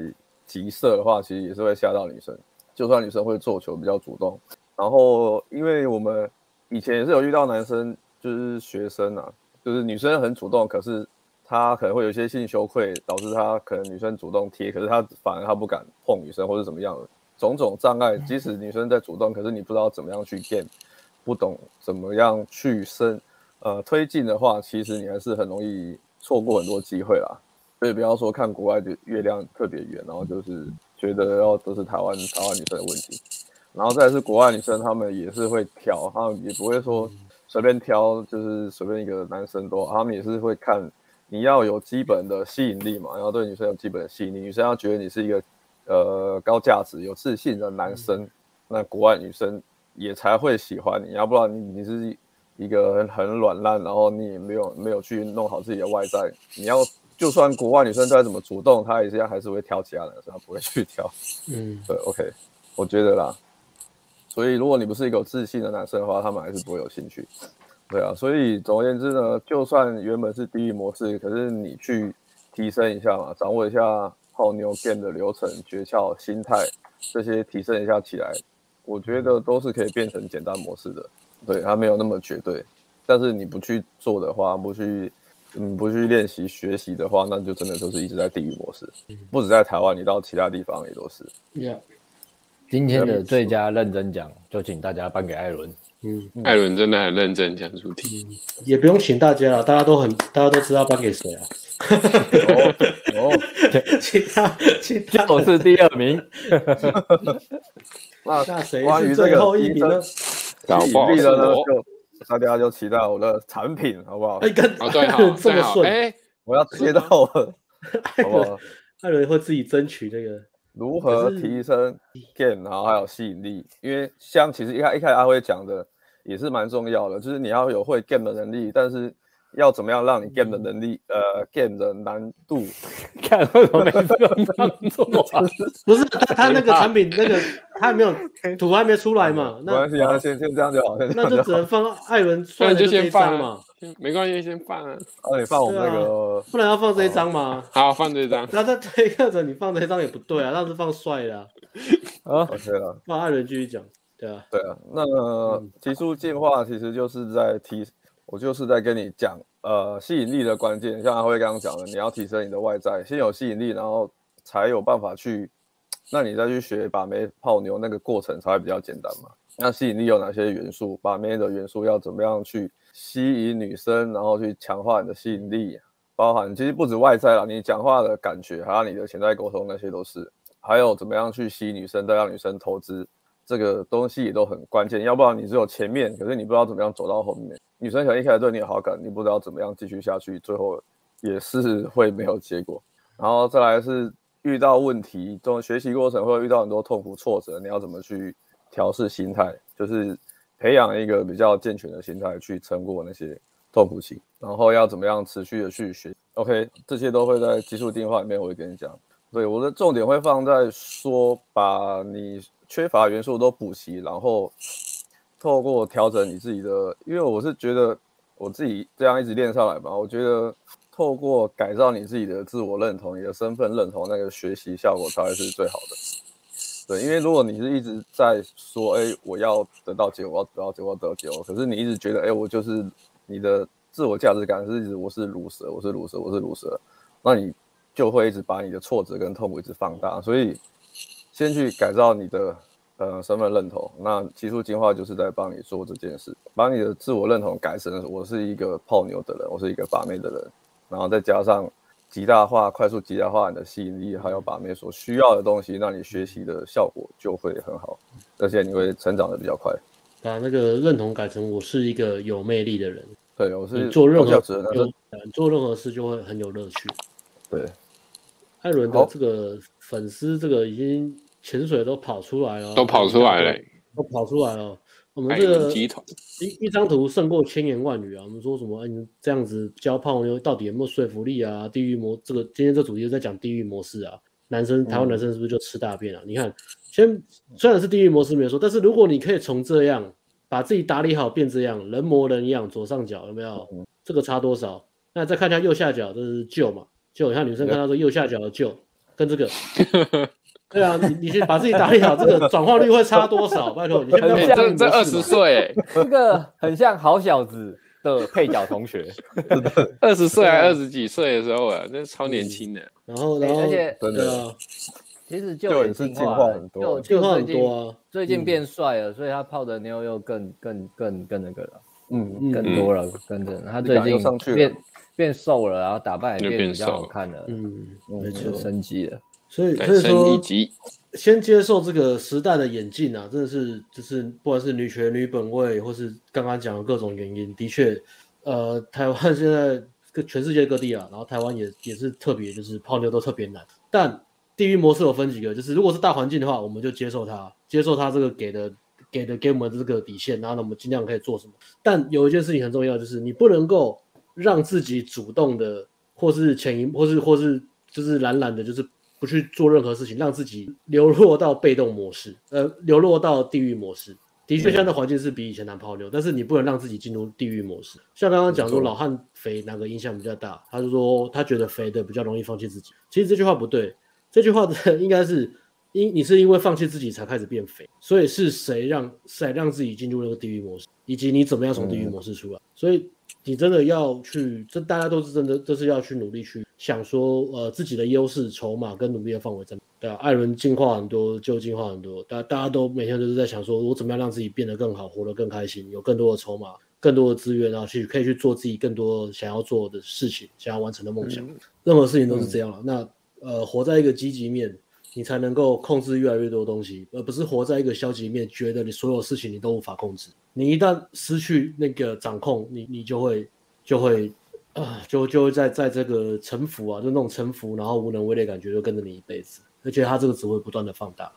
S3: 急射的话，其实也是会吓到女生。就算女生会做球比较主动，然后因为我们以前也是有遇到男生，就是学生啊，就是女生很主动，可是他可能会有一些性羞愧，导致他可能女生主动贴，可是他反而他不敢碰女生或者怎么样的种种障碍。即使女生在主动，可是你不知道怎么样去 game，不懂怎么样去深呃推进的话，其实你还是很容易错过很多机会啦。所以不要说看国外的月亮特别圆，然后就是觉得要都是台湾台湾女生的问题。然后再来是国外女生，她们也是会挑，她们也不会说随便挑，就是随便一个男生都好，她们也是会看你要有基本的吸引力嘛，然后对女生有基本的吸引力，女生要觉得你是一个呃高价值、有自信的男生，那国外女生也才会喜欢你，要不然你你是一个很很软烂，然后你也没有没有去弄好自己的外在，你要就算国外女生再怎么主动，她也是还是会挑其他男生，她不会去挑。
S1: 嗯，
S3: 对，OK，我觉得啦。所以如果你不是一个有自信的男生的话，他们还是不会有兴趣。对啊，所以总而言之呢，就算原本是地狱模式，可是你去提升一下嘛，掌握一下泡妞 game 的流程、诀窍、心态这些，提升一下起来，我觉得都是可以变成简单模式的。对，它没有那么绝对，但是你不去做的话，不去。嗯，不去练习学习的话，那就真的就是一直在地狱模式，不止在台湾，你到其他地方也都是。
S1: 呀，
S5: 今天的最佳认真奖就请大家颁给艾伦，
S1: 嗯，
S2: 艾伦真的很认真讲主题，
S1: 也不用请大家了，大家都很，大家都知道颁给谁啊？
S3: 哦，
S1: 其他其他
S5: 我是第二名，
S3: 那
S1: 那谁
S3: 关于
S1: 是
S3: 这
S1: 最
S3: 个
S1: 后一名呢？
S2: 搞
S3: 吸
S2: 不好
S3: 引力
S2: 是
S3: 的呢，
S2: 我。
S3: 就大家就期待我的产品，好不好
S1: 哎，？跟
S2: 哦，对
S1: 艾
S2: 好，
S1: 伦 这
S2: 对哎
S1: 么
S2: 好，
S1: 顺，
S2: 哎，
S3: 我要接到我的，
S1: 艾
S3: 好不
S1: 伦
S3: 好？
S1: 艾伦会自己争取那个，
S3: 如何提升 game，然后还有吸引力，因为像其实一开一开始阿辉讲的也是蛮重要的，就是你要有会 game 的能力，但是要怎么样让你 game 的
S1: 嗯
S3: 能力，呃，game 的难度
S5: 看为什么每次都这样做 啊？
S1: 不是他他 那个产品 那个他还没有图还没出来嘛，
S3: 没
S1: 那
S3: 关系啊，先先这样就好，先这
S1: 哦那
S3: 样就
S1: 就只
S3: 好。
S1: 能放艾伦出
S2: 那
S1: 来
S2: 你
S1: 的
S2: 就
S1: 这
S2: 先
S1: 一
S2: 放
S1: 张
S2: 啊
S1: 嘛，，
S2: 没关系，先放啊。
S3: 啊，你放我们那个
S1: 不然要放这
S2: 哦
S1: 一张 嘛。
S2: 好，放这张。
S1: 那在推特着你放这一张也不对啊，那是放帅的、啊，
S3: 哦 OK 了。
S1: 放艾伦继续讲，对啊，
S3: 对啊，那提速进化其实就是在提，我就是在跟你讲，呃，吸引力的关键，像阿辉刚刚讲的，你要提升你的外在，先有吸引力，然后才有办法去，那你再去学把妹泡妞那个过程才会比较简单嘛。那吸引力有哪些元素？把妹的元素要怎么样去吸引女生，然后去强化你的吸引力，包含其实不止外在啦，你讲话的感觉，还有你的潜在沟通那些都是，还有怎么样去吸引女生，再让女生投资，这个东西也都很关键，要不然你只有前面，可是你不知道怎么样走到后面。女生可能一开始对你有好感，你不知道怎么样继续下去，最后也是会没有结果。然后再来是遇到问题，这种学习过程会遇到很多痛苦挫折，你要怎么去调试心态？就是培养一个比较健全的心态去撑过那些痛苦期，然后要怎么样持续的去学，OK，这些都会在基础定化里面我会跟你讲。对，我的重点会放在说把你缺乏元素都补齐，然后透过调整你自己的，因为我是觉得我自己这样一直练上来吧，我觉得透过改造你自己的自我认同、你的身份认同，那个学习效果才会是最好的。对，因为如果你是一直在说，哎，我要得到结果，我要得到结果，我要得到结果，可是你一直觉得，哎，我就是你的自我价值感是一直我是乳蛇，我是乳蛇，我是乳蛇，那你就会一直把你的挫折跟痛苦一直放大，所以先去改造你的呃身份认同。那技术进化就是在帮你做这件事，把你的自我认同改成我是一个泡妞的人，我是一个把妹的人，然后再加上极大化、快速极大化你的吸引力，还有把妹所需要的东西，那你学习的效果就会很好，而且你会成长的比较快。
S1: 把那个认同改成我是一个有魅力的人，
S3: 对，我是
S1: 你做任
S3: 我
S1: 何
S3: 就觉得那
S1: 有
S3: 是
S1: 你做任何事就会很有乐趣。
S3: 对，
S1: 艾伦的
S3: 好
S1: 这个粉丝，这个已经潜水都跑出来了，
S2: 都跑出来了、，哎
S1: 都跑出来了。我们
S2: 海
S1: 这
S2: 伦
S1: 个
S2: 集团
S1: 一一张图胜过千言万语啊！我们说什么？哎，你这样子教泡妞到底有没有说服力啊？地狱模这个今天这主题就在讲地狱模式啊。男生台湾男
S2: 嗯
S1: 生是不是就吃大便啊？你看，先虽然是地狱模式没有说，但是如果你可以从这样把自己打理好变这样，人模人样，左上角有没有？
S2: 嗯
S1: 这个差多少？那再看一下右下角，这是旧嘛？旧，你看女生看到说右下角的旧跟这 个。对啊，你你先把自己打理好，这个转化率会差多少？拜托，你先不要
S2: 哎、
S1: 把地狱
S2: 这
S1: 模
S2: 这
S1: 式
S2: 二十
S1: 嘛
S2: 岁、哎
S5: 这个很像好小子的配角同学，
S2: 哎，二十
S1: 啊
S2: 岁还二十几岁的时候啊，那超
S1: 嗯
S2: 年轻的。
S1: 然后，
S5: 哎
S1: 然后，
S5: 而且
S1: 对
S3: 真的
S1: 啊，
S5: 其实就
S3: 就
S5: 也
S3: 也是
S5: 进
S3: 进
S5: 化
S3: 化
S5: 了
S3: 很多
S5: 就
S1: 进
S5: 就
S1: 化很
S5: 最近
S1: 多啊，
S5: 最近变帅了，所以他泡的妞又更更更更那个了，
S3: 嗯，
S1: 嗯
S5: 更多了，跟着他最
S3: 质感又上去
S5: 近
S3: 了
S5: 变变瘦了，然后打扮也
S2: 又
S5: 变
S2: 变
S5: 比较
S2: 瘦
S5: 好看了，
S1: 嗯，没
S5: 就
S1: 错。
S5: 升级了。
S1: 所以，
S2: 改
S1: 所以
S2: 升一
S1: 说，
S2: 级，
S1: 先接受这个时代的演进啊，真的是就是不管是女权、女本位，或是刚刚讲的各种原因，的确，呃，台湾 现在各全世界各地啊，然后台湾也也是特别，就是泡妞都特别难。但地域模式有分几个，就是如果是大环境的话，我们就接受它，接受它这个给的给的给我们的这个底线，然后呢，我们尽量可以做什么。但有一件事情很重要，就是你不能够让自己主动的，或是潜移，或是或是就是懒懒的，就是不去做任何事情，让自己流落到被动模式，呃，流落到地狱模式。的确，现在的环境是比以前难泡妞，但是你不能让自己进入地狱模式。像刚刚讲说老汉肥哪个影响比较大，他就说他觉得肥的比较容易放弃自己。其实这句话不对，这句话的应该是因你是因为放弃自己才开始变肥，所以是谁让谁让自己进入那个地狱模式，以及你怎么样从地狱模式出来。所以你真的要去，这大家都是真的，这是要去努力去想说，呃，自己的优势、筹码跟努力的范围在哪。对啊，艾伦进化很多，就进化很多，大大家都每天都是在想说，我怎么样让自己变得更好，活得更开心，有更多的筹码。更多的资源，然后去可以去做自己更多想要做的事情，想要完成的梦想。任何事情都是这样了。那呃，活在一个积极面，你才能够控制越来越多东西，而不是活在一个消极面，觉得你所有事情你都无法控制。你一旦失去那个掌控，你你就会就会啊、就就会在在这个臣服啊，就那种臣服，然后无能为力的感觉，就跟着你一辈子。而且它这个只会不断的放大。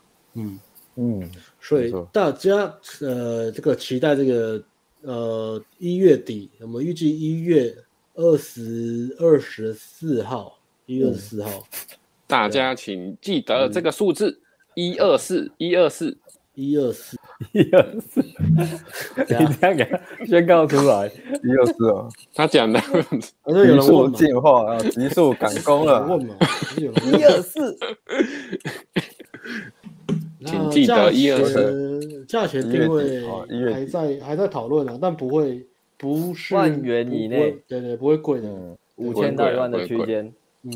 S3: 嗯，
S1: 所
S3: 没
S1: 以
S3: 错
S1: 大家呃，这个期待这个呃一月底，我们预计一月二十二十四号，一月二十四号，
S5: 嗯
S2: 大
S1: 啊
S2: 家请记得
S1: 嗯
S2: 这个数字一二四一二四，
S1: 一二四，
S5: 一二 四，你
S1: 怎样
S5: 这样给 他宣告出来，
S3: 一二四啊，
S2: 他讲的
S1: 反正有
S3: 极
S1: 人
S3: 速
S1: 问嘛，
S3: 进化啊，极速赶工
S1: 有人
S3: 啊 了
S1: 问。嘛，还是有 人
S5: 一
S1: 问。
S5: 二四，
S2: 请记得一二四
S1: 四价钱定位
S3: 一月底啊
S1: 还在还在讨论啊，但不会不是
S5: 万元以内
S1: 不会对对，不会贵的，
S3: 嗯，
S5: 五千到一万的区间，
S1: 嗯，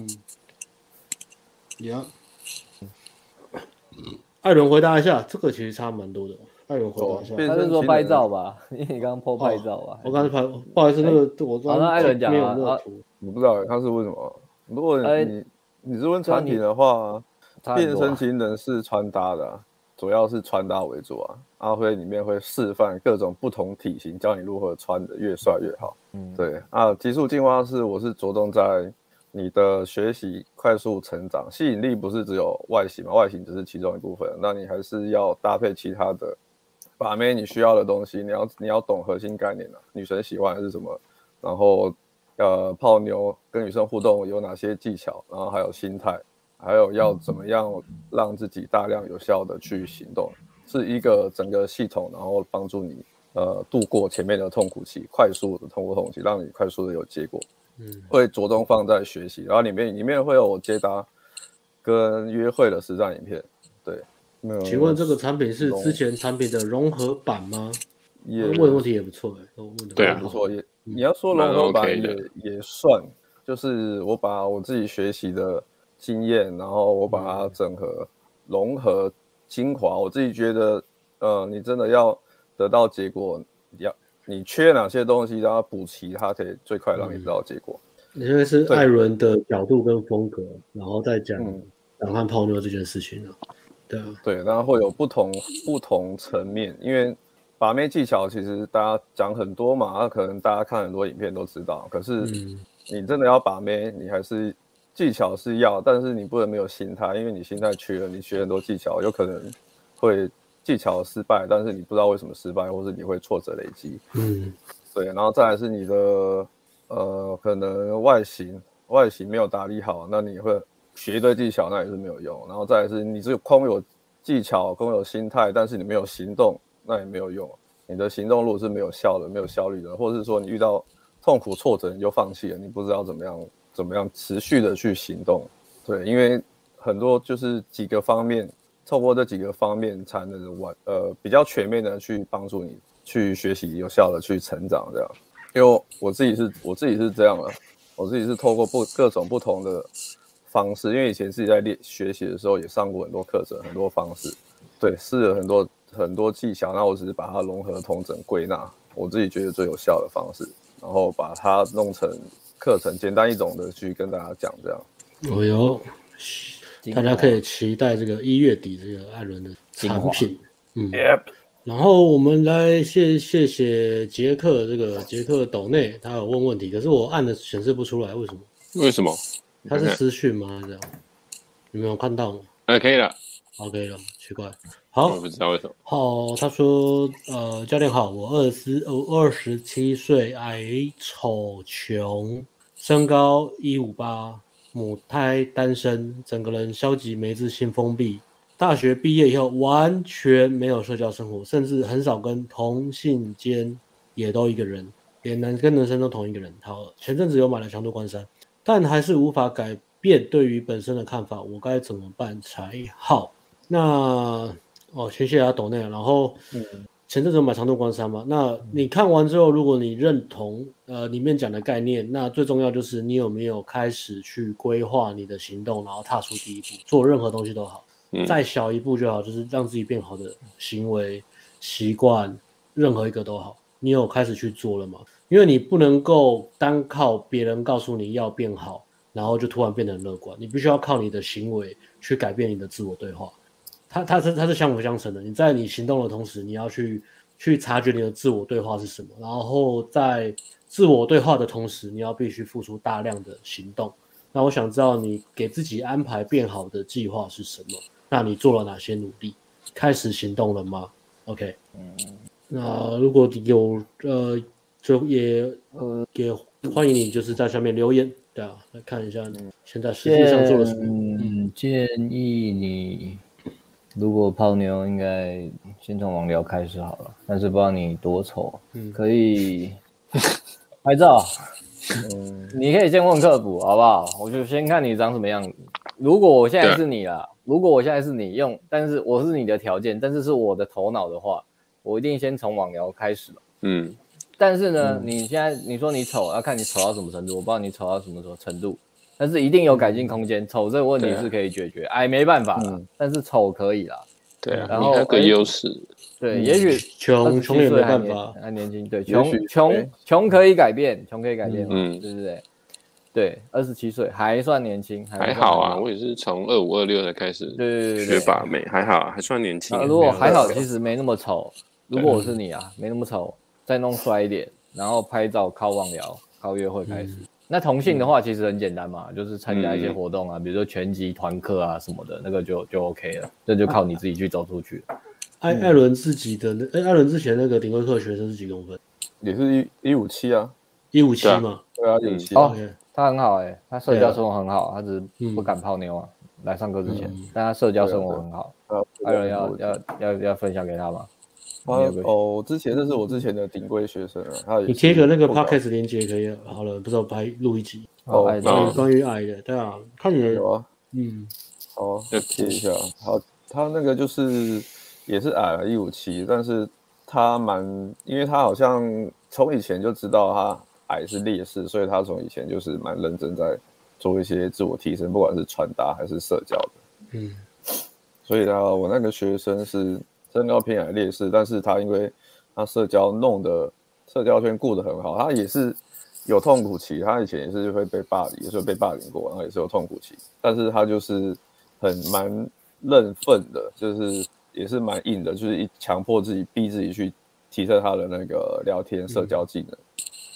S1: 也要。艾伦回答一下，这个其实差蛮多的。艾伦回答一下，
S3: 变
S5: 他是说拍照吧？因为你刚刚 po 拍照吧？
S1: 哦我刚才拍，不好意思，那个我刚
S5: 好那艾伦讲啊
S1: 没有那个图，
S3: 我不知道他是为什么。如果你、
S5: 哎
S3: 你是问产品的话，
S5: 差很
S3: 变
S5: 多
S3: 身
S5: 啊
S3: 情人是穿搭的啊、主要是穿搭为主啊。阿辉里面会示范各种不同体型，教你如何穿的越帅越好。
S5: 嗯，
S3: 对啊，极速进化是我是着重在你的学习快速成长，吸啊引力不是只有外形嘛，外形只是其中一部分，那你还是要搭配其他的把妹你需要的东西，你要你要懂核心概念啊，女生喜欢的是什么，然后呃泡妞跟女生互动有哪些技巧，然后还有心态，还有要怎么样让自己大量有效的去行动，是一个整个系统，然后帮助你呃度过前面的痛苦期，快速的通过痛苦期，让你快速的有结果。
S1: 嗯，
S3: 会着重放在学习，然后里面里面会有我接搭跟约会的实战影片，对。没有
S1: 请问这个产品是之前产品的融合版吗？
S3: 也
S1: 问的问题也不错哎、欸，问的
S2: 对啊
S3: 不
S1: 不
S3: 错，
S1: 错，
S3: 也你要说融合版
S2: 蛮 OK
S3: 也、
S2: 的
S3: 也算，就是我把我自己学习的经验，然后我把
S2: 嗯
S3: 它整合、融合、精华。我自己觉得，呃，你真的要得到结果，你要你缺哪些东西，然后补齐，它可以最快让
S2: 嗯
S3: 你得到结果。
S1: 你现在是
S3: 对
S1: 艾伦的角度跟风格，然后再讲
S3: 嗯
S1: 两汉泡妞这件事情啊，对啊，
S3: 对，然后会有不同不同层面，因为把妹技巧其实大家讲很多嘛，那可能大家看很多影片都知道，可是
S1: 嗯
S3: 你真的要把妹，你还是技巧是要，但是你不能没有心态，因为你心态缺了，你学很多技巧，有可能会技巧失败，但是你不知道为什么失败，或是你会挫折累积，
S1: 嗯
S3: 对，然后再来是你的呃，可能外形外形没有打理好，那你会学一堆技巧，那也是没有用。然后再来是你只有空有技巧，空有心态，但是你没有行动，那也没有用。你的行动如果是没有效的、没有效率的，或者是说你遇到痛苦挫折你就放弃了，你不知道怎么样怎么样持续的去行动。对，因为很多就是几个方面，透过这几个方面才能完呃比较全面的去帮助你去学习，有效的去成长这样。因为我自己是我自己是这样的，我自己是透过不各种不同的方式，因为以前自己在练学习的时候也上过很多课程，很多方式，对，试了很多很多技巧，那我只是把它融合、统整、归纳，我自己觉得最有效的方式，然后把它弄成课程，简单易懂的去跟大家讲这样。
S1: 哦哟，大家可以期待这个一月底这个艾伦的产品。嗯，然后我们来谢谢谢杰克这个杰克斗内，他有问问题，可是我按的显示不出来，为什么？
S2: 为什么？
S1: 他是
S3: 嗯
S2: OK
S1: 私讯吗？这样，你们有看到吗
S2: 呃，可以了，
S1: ？OK 了，奇怪。
S2: 我
S3: 嗯
S1: 好
S2: 不知道为什么。
S1: 好，他说，呃，教练好，我二十我二十七岁，矮丑穷，身高一五八，母胎单身，整个人消极没自信，封闭。大学毕业以后完全没有社交生活，甚至很少跟同性间也都一个人，连男跟男生都同一个人。好，前阵子有买了强度关山，但还是无法改变对于本身的看法，我该怎么办才好？那哦，先谢谢他抖内，然后前阵子有买长度关山嘛，那你看完之后，如果你认同呃里面讲的概念，那最重要就是你有没有开始去规划你的行动，然后踏出第一步，做任何东西都好，
S2: 嗯
S1: 再小一步就好，就是让自己变好的行为习惯，任何一个都好，你有开始去做了吗？因为你不能够单靠别人告诉你要变好，然后就突然变得很乐观，你必须要靠你的行为去改变你的自我对话。它它是它是相辅相成的。你在你行动的同时，你要去去察觉你的自我对话是什么，然后在自我对话的同时，你要必须付出大量的行动。那我想知道你给自己安排变好的计划是什么？那你做了哪些努力？开始行动了吗？OK，那如果你有呃，就也呃也欢迎你就是在下面留言，对啊，来看一下你现在实际上做了什么。
S5: 嗯，建议你如果泡妞，应该先从网聊开始好了。但是不知道你多丑，可以 拍照。嗯你可以先问客服好不好？我就先看你长什么样子。如果我现在
S2: 对
S5: 是你啦，如果我现在是你用，但是我是你的条件，但是是我的头脑的话，我一定先从网聊开始嘛
S2: 嗯，
S5: 但是呢，你现在你说你丑，要看你丑到什么程度，我不知道你丑到什么时候程度，但是一定有改进空间。丑这个问题
S2: 对啊
S5: 是可以解决，哎，没办法啦，但是丑可以啦。
S2: 对啊，
S5: 然
S2: 你
S5: 后
S2: 那个
S5: 哎
S2: 优势，
S5: 对，
S1: 嗯
S5: 也许
S1: 穷
S5: 27
S1: 穷也没
S5: 岁还
S1: 办
S5: 年
S1: 法，
S5: 还年轻，对，
S3: 也许
S5: 穷穷
S3: 哎
S5: 穷可以改变，穷可以改变嘛，
S2: 嗯
S5: 对不对？对，二十七岁还算年轻，还
S2: 还
S5: 算
S2: 好啊，
S5: 年轻
S2: 我也是从二五二六才开始
S5: 对对对对
S2: 学把妹，还好啊，还算年轻
S5: 啊，。如果还好，其实没那么丑。如果我是你啊，没那么丑，再弄帅一点，然后拍照靠网聊、靠约会开始。那同性的话，其实很简单嘛，就是参加一些活动啊，比如说拳击团课啊什么的，那个就就 OK 了，这就靠你自己去走出去。
S1: 艾艾伦自己的那，哎艾伦之前那个顶规课学生是几公分？
S3: 也是一一五七啊，
S1: 一五七
S2: 对啊
S1: 嘛。
S3: 对啊，一五七。
S5: 哦
S1: OK，
S5: 他很好哎、他社
S1: 对
S5: 交
S1: 啊
S5: 生活很好，他只是不敢泡妞啊。来上课之前，但他社交生活很好。
S3: 啊
S1: 哎
S5: 艾伦要要要要分享给他吗？
S3: 他哦，之前这是我之前的顶规学生啊，他也
S1: 你贴个那个
S3: 不高
S1: podcast 连接可以了。好了，不知道拍录一集
S3: 哦
S5: 艾
S1: 关于
S5: 伦
S2: 哦
S1: 关于矮的，对啊，看你
S3: 有
S1: 的，
S3: 啊，
S1: 嗯，
S3: 哦，
S2: 要
S3: 贴一下，好，他那个就是也是矮啊了一五七，但是他蛮，因为他好像从以前就知道他矮是劣势，所以他从以前就是蛮认真在做一些自我提升，不管是穿搭还是社交的。
S1: 嗯，
S3: 所以呢，我那个学生是身高偏矮劣势，但是他因为他社交弄的社交圈过得很好，他也是有痛苦期，他以前也是会被霸凌，也是有被霸凌过，然后也是有痛苦期，但是他就是很蛮认份的，就是也是蛮硬的，就是一强迫自己逼自己去提升他的那个聊天社交技能。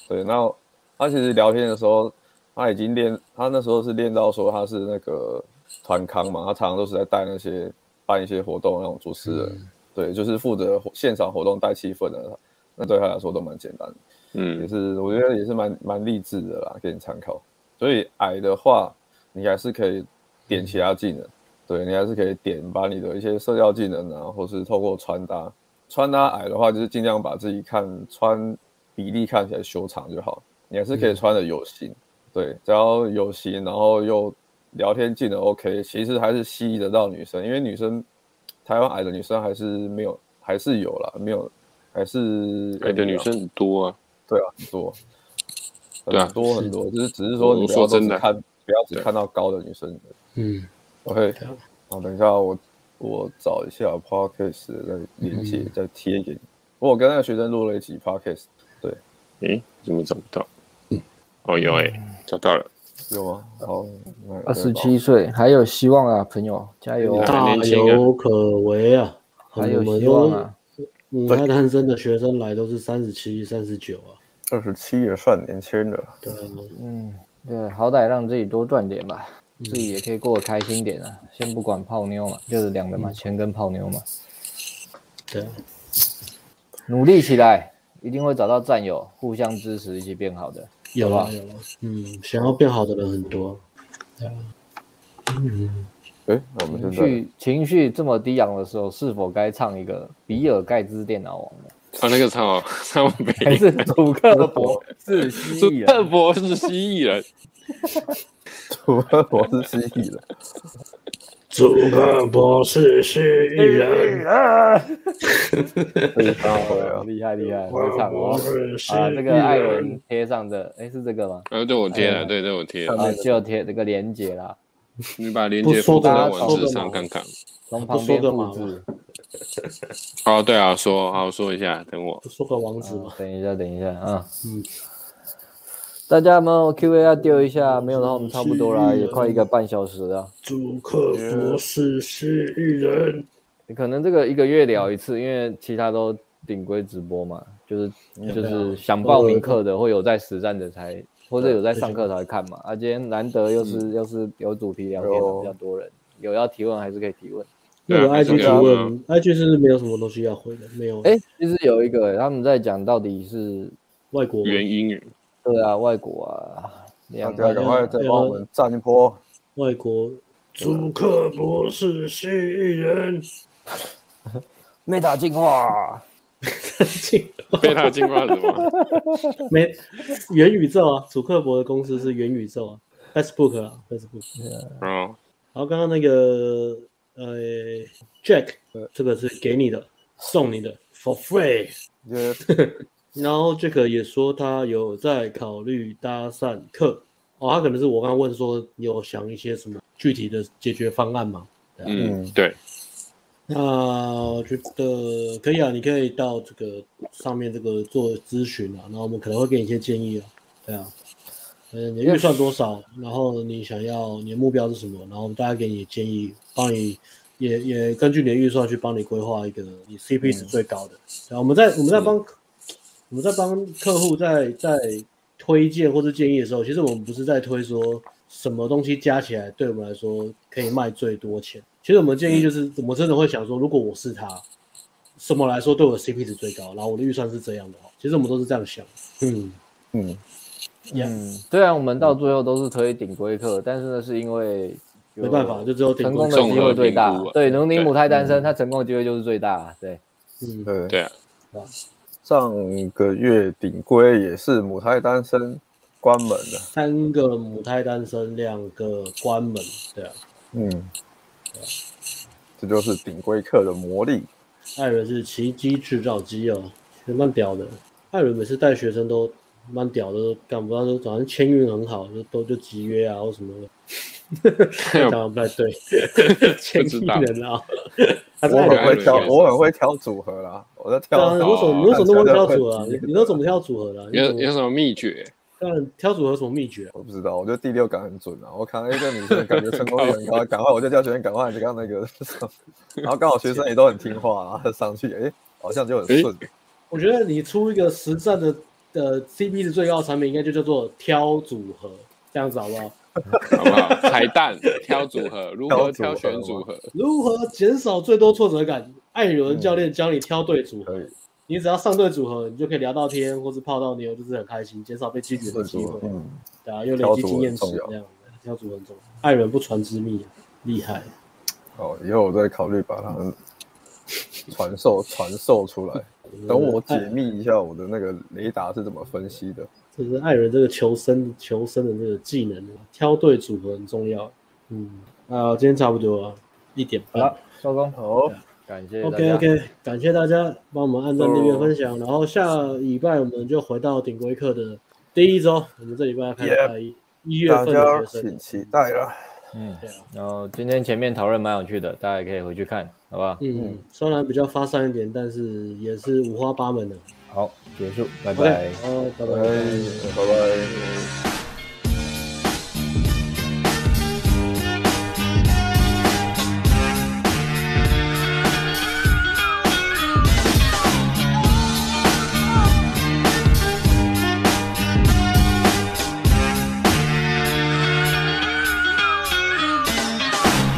S3: 对，然后他其实聊天的时候，他已经练，他那时候是练到说他是那个团康嘛，他常常都是在带那些办一些活动那种主持人，对，就是负责活现场活动带气氛的，那对他来说都蛮简单的。也
S2: 嗯，
S3: 是我觉得也是蛮蛮励志的啦，给你参考。所以矮的话，你还是可以点其他技能，对你还是可以点把你的一些社交技能啊，或是透过穿搭，穿搭矮的话就是尽量把自己看穿比例看起来修长就好，你还是可以穿的有型，对，只要有型，然后又聊天技能 OK，其实还是吸引得到女生，因为女生台湾矮的女生还是没有，还是有啦，没有。还是
S2: 矮哎的女生很多啊，
S3: 对啊，很多，
S2: 对啊
S3: 很多很多，只是只是
S2: 我
S3: 说你不要都
S2: 说真
S3: 只
S2: 的
S3: 看，不要只
S2: 对
S3: 看到高的女生。
S1: 嗯，
S3: OK，
S1: 对啊
S3: 好，等一下我我找一下 podcast 的那
S2: 嗯
S3: 个链接，再贴给你。我有跟那个学生录了一集 podcast，对，
S2: 诶，怎么找不到？哦，有诶，找到了，
S3: 有吗？好，那
S5: 二十七岁，还有希望啊，朋友，加油哦！
S2: 还
S1: 大
S2: 年轻啊
S1: 有可为啊。我
S5: 还有
S1: 们
S5: 希
S1: 都
S5: 望，啊！
S1: 母胎单身的学生来都是三十七、三十九啊，
S3: 二十七也算年轻的，
S1: 对啊，
S5: 嗯，对，好歹让自己多赚点吧，自己也可以过得开心点啊。先不管泡妞嘛，就是两个嘛，钱跟泡妞嘛，
S1: 对啊，
S5: 努力起来，一定会找到战友，互相支持，一起变好的。
S1: 有
S5: 好
S1: 啊
S5: 吧
S1: 有啊，嗯，想要变好的人很多，
S3: 哎，那我们现
S5: 情
S3: 在
S5: 绪情绪这么低昂的时候，是否该唱一个比尔盖茨电脑王呢？
S2: 啊，那个超超美，
S5: 还是主克伯哎是蜥
S2: 是
S5: 蜴啊人？
S2: 特 博是蜥蜴人，
S3: 除了我是失忆了，
S1: 主克博士是一
S5: 哎
S1: 人，
S3: 可以发 挥啊。
S5: 厉害厉害，会唱
S1: 我
S5: 哦！
S1: 是是
S5: 啊，这个艾
S1: 嗯
S5: 伦贴上的，哎，是这个吗？
S2: 啊，对我贴了，对对我贴了，
S5: 啊，就贴这个连接啦，
S2: 你把链
S1: 不
S2: 接
S1: 说
S2: 复制
S1: 的
S2: 到
S1: 吗
S2: 文
S1: 说
S2: 字
S1: 的
S2: 上
S1: 吗
S2: 看看。
S5: 从旁
S1: 说
S5: 边
S1: 干嘛
S5: 复制。
S2: 哦，对啊，说好说一下，等我。
S1: 说个网址
S5: 啊
S1: 嘛，
S5: 等一下，等一下啊！
S1: 嗯，
S5: 大家有没有 Q&A 要丢一下？没有的话，我们差不多啦，
S1: 是
S5: 也快一个半小时了。
S1: 主克博士是一人，
S5: 可能这个一个月聊一次，因为其他都顶规直播嘛，就是就是想报名课的，会有在实战的才，或者有在上课才会看嘛。啊，今天难得又是又是有主题聊天的，
S3: 有
S5: 比较多人，有要提问还是可以提问。
S2: 对
S1: 那
S2: 啊
S1: 我
S2: 还是
S1: IG
S2: 这
S1: 提
S2: 样啊
S1: 问，IG 是不是没有什么东西要回的？没有，
S5: 哎，，其实有一个他们在讲到底是
S1: 外国文
S2: 原英语，
S5: 对啊，外国啊，
S3: 大
S5: 两
S3: 家
S5: 个
S3: 赶快再帮我们站一波，
S1: 外国
S2: 啊
S1: 主克博士是一人，
S5: 没打进化，
S2: 贝塔进化是什么？
S1: 没元宇宙啊，主克博的公司是元宇宙啊，Facebook 啊，Facebook。
S2: 哦，
S1: 然后刚刚那个呃，Jack，这个是给你的，送你的，for free。
S3: 就是
S1: 然后 Jack 也说他有在考虑搭讪课，哦，他可能是我刚刚问说你有想一些什么具体的解决方案吗？
S2: 嗯，对，
S1: 那我觉得可以啊，你可以到这个上面这个做咨询啊，然后我们可能会给你一些建议啊，对啊，嗯，你的预算多少？然后你想要你的目标是什么？然后我们大家给你建议，帮你也也根据你的预算去帮你规划一个你 CP 值最高的。然后我们在我们在帮我们在帮客户在在推荐或是建议的时候，其实我们不是在推说什么东西加起来对我们
S5: 嗯
S1: 来说可以卖最多钱。其实我们建议就是，我们真的会想说，如果我是他，什么来说对我的 CP 值最高，然后我的预算是这样的话，其实我们都是这样想。嗯，
S3: 嗯，
S5: 嗯，虽然我们到最后都是推顶规客，但是呢，是因为就
S1: 没办法，就只有顶
S5: 成
S1: 规
S5: 功的
S1: 客
S5: 机会最大
S2: 综合评估啊。
S5: 对，农尼母胎单身，他成功的机会就是最大。对，
S1: 嗯，
S3: 对。
S2: 对啊，
S3: 上个月顶规也是母胎单身关门了，
S1: 三个母胎单身，两个关门，对啊。
S3: 嗯，这就是顶规客的魔力。
S1: 艾伦是奇迹制造机哦，也蛮屌的。艾伦每次带学生都蛮屌的，都干不到都反正签运很好，就都就集约啊或什么的。 讲的不太对，签运人啊，他
S3: 我
S1: 是艾
S3: 很
S1: 伦
S3: 会挑，
S2: 艾伦
S3: 我很会挑组合啦，我在
S1: 对
S3: 挑
S1: 啊，
S3: 好。
S1: 你为什么你为什么那么会挑组合啊？你你都怎么挑组合的啊？你
S2: 有
S1: 怎么
S2: 有什么秘诀？
S1: 当然挑组合有什么秘诀啊？
S3: 我不知道，我觉得第六感很准啊！我看到一个女生感觉成功率很高，赶快我就叫学生赶快去刚那个，然后刚好学生也都很听话啊，上去哎、好像就很顺。
S1: 我觉得你出一个实战的呃 CP 值最高的产品，应该就叫做挑组合，这样子好不好？
S2: 好不好？彩蛋挑组合，如何
S3: 挑组
S2: 挑
S3: 合
S2: 选组合？
S1: 如何减少最多挫折感？艾伦教练教你挑对组合，
S3: 嗯可以，
S1: 你只要上对组合，你就可以聊到天或是泡到妞，就是很开心，减少被拒绝的
S3: 顺
S1: 机
S3: 组合
S1: 会，，
S3: 嗯，
S1: 对啊，又累积经验值
S3: 挑组很重要
S1: 这样子，挑组合很重要。艾伦不传之秘，厉害。
S3: 哦，以后我再考虑把它们传授传授出来。等我解密一下我的那个雷达是怎么分析的。
S1: 这是艾伦这个求生求生的这个技能，啊挑对组合很重要。嗯，啊，今天差不多了，一点
S5: 好
S1: 半。
S5: 了，收工，
S3: 好，
S5: 感谢大
S1: OK
S5: 家。
S1: OK，感谢大家帮我们按赞、订阅、分享，然后下礼拜我们就回到顶规课的第一周，我们这礼拜要开始
S3: Yeah
S1: 带一一月
S3: 大
S1: 份的
S3: 家
S1: 学生
S3: 请，期待了。
S5: 嗯
S1: 对啊，
S5: 然后今天前面讨论蛮有趣的，大家也可以回去看，好不好？
S1: 嗯，虽然比较发散一点，但是也是五花八门的。
S5: 好，结束，拜
S1: OK，
S5: 拜。
S1: 好，拜
S3: 哎
S1: 拜。
S3: 拜拜拜。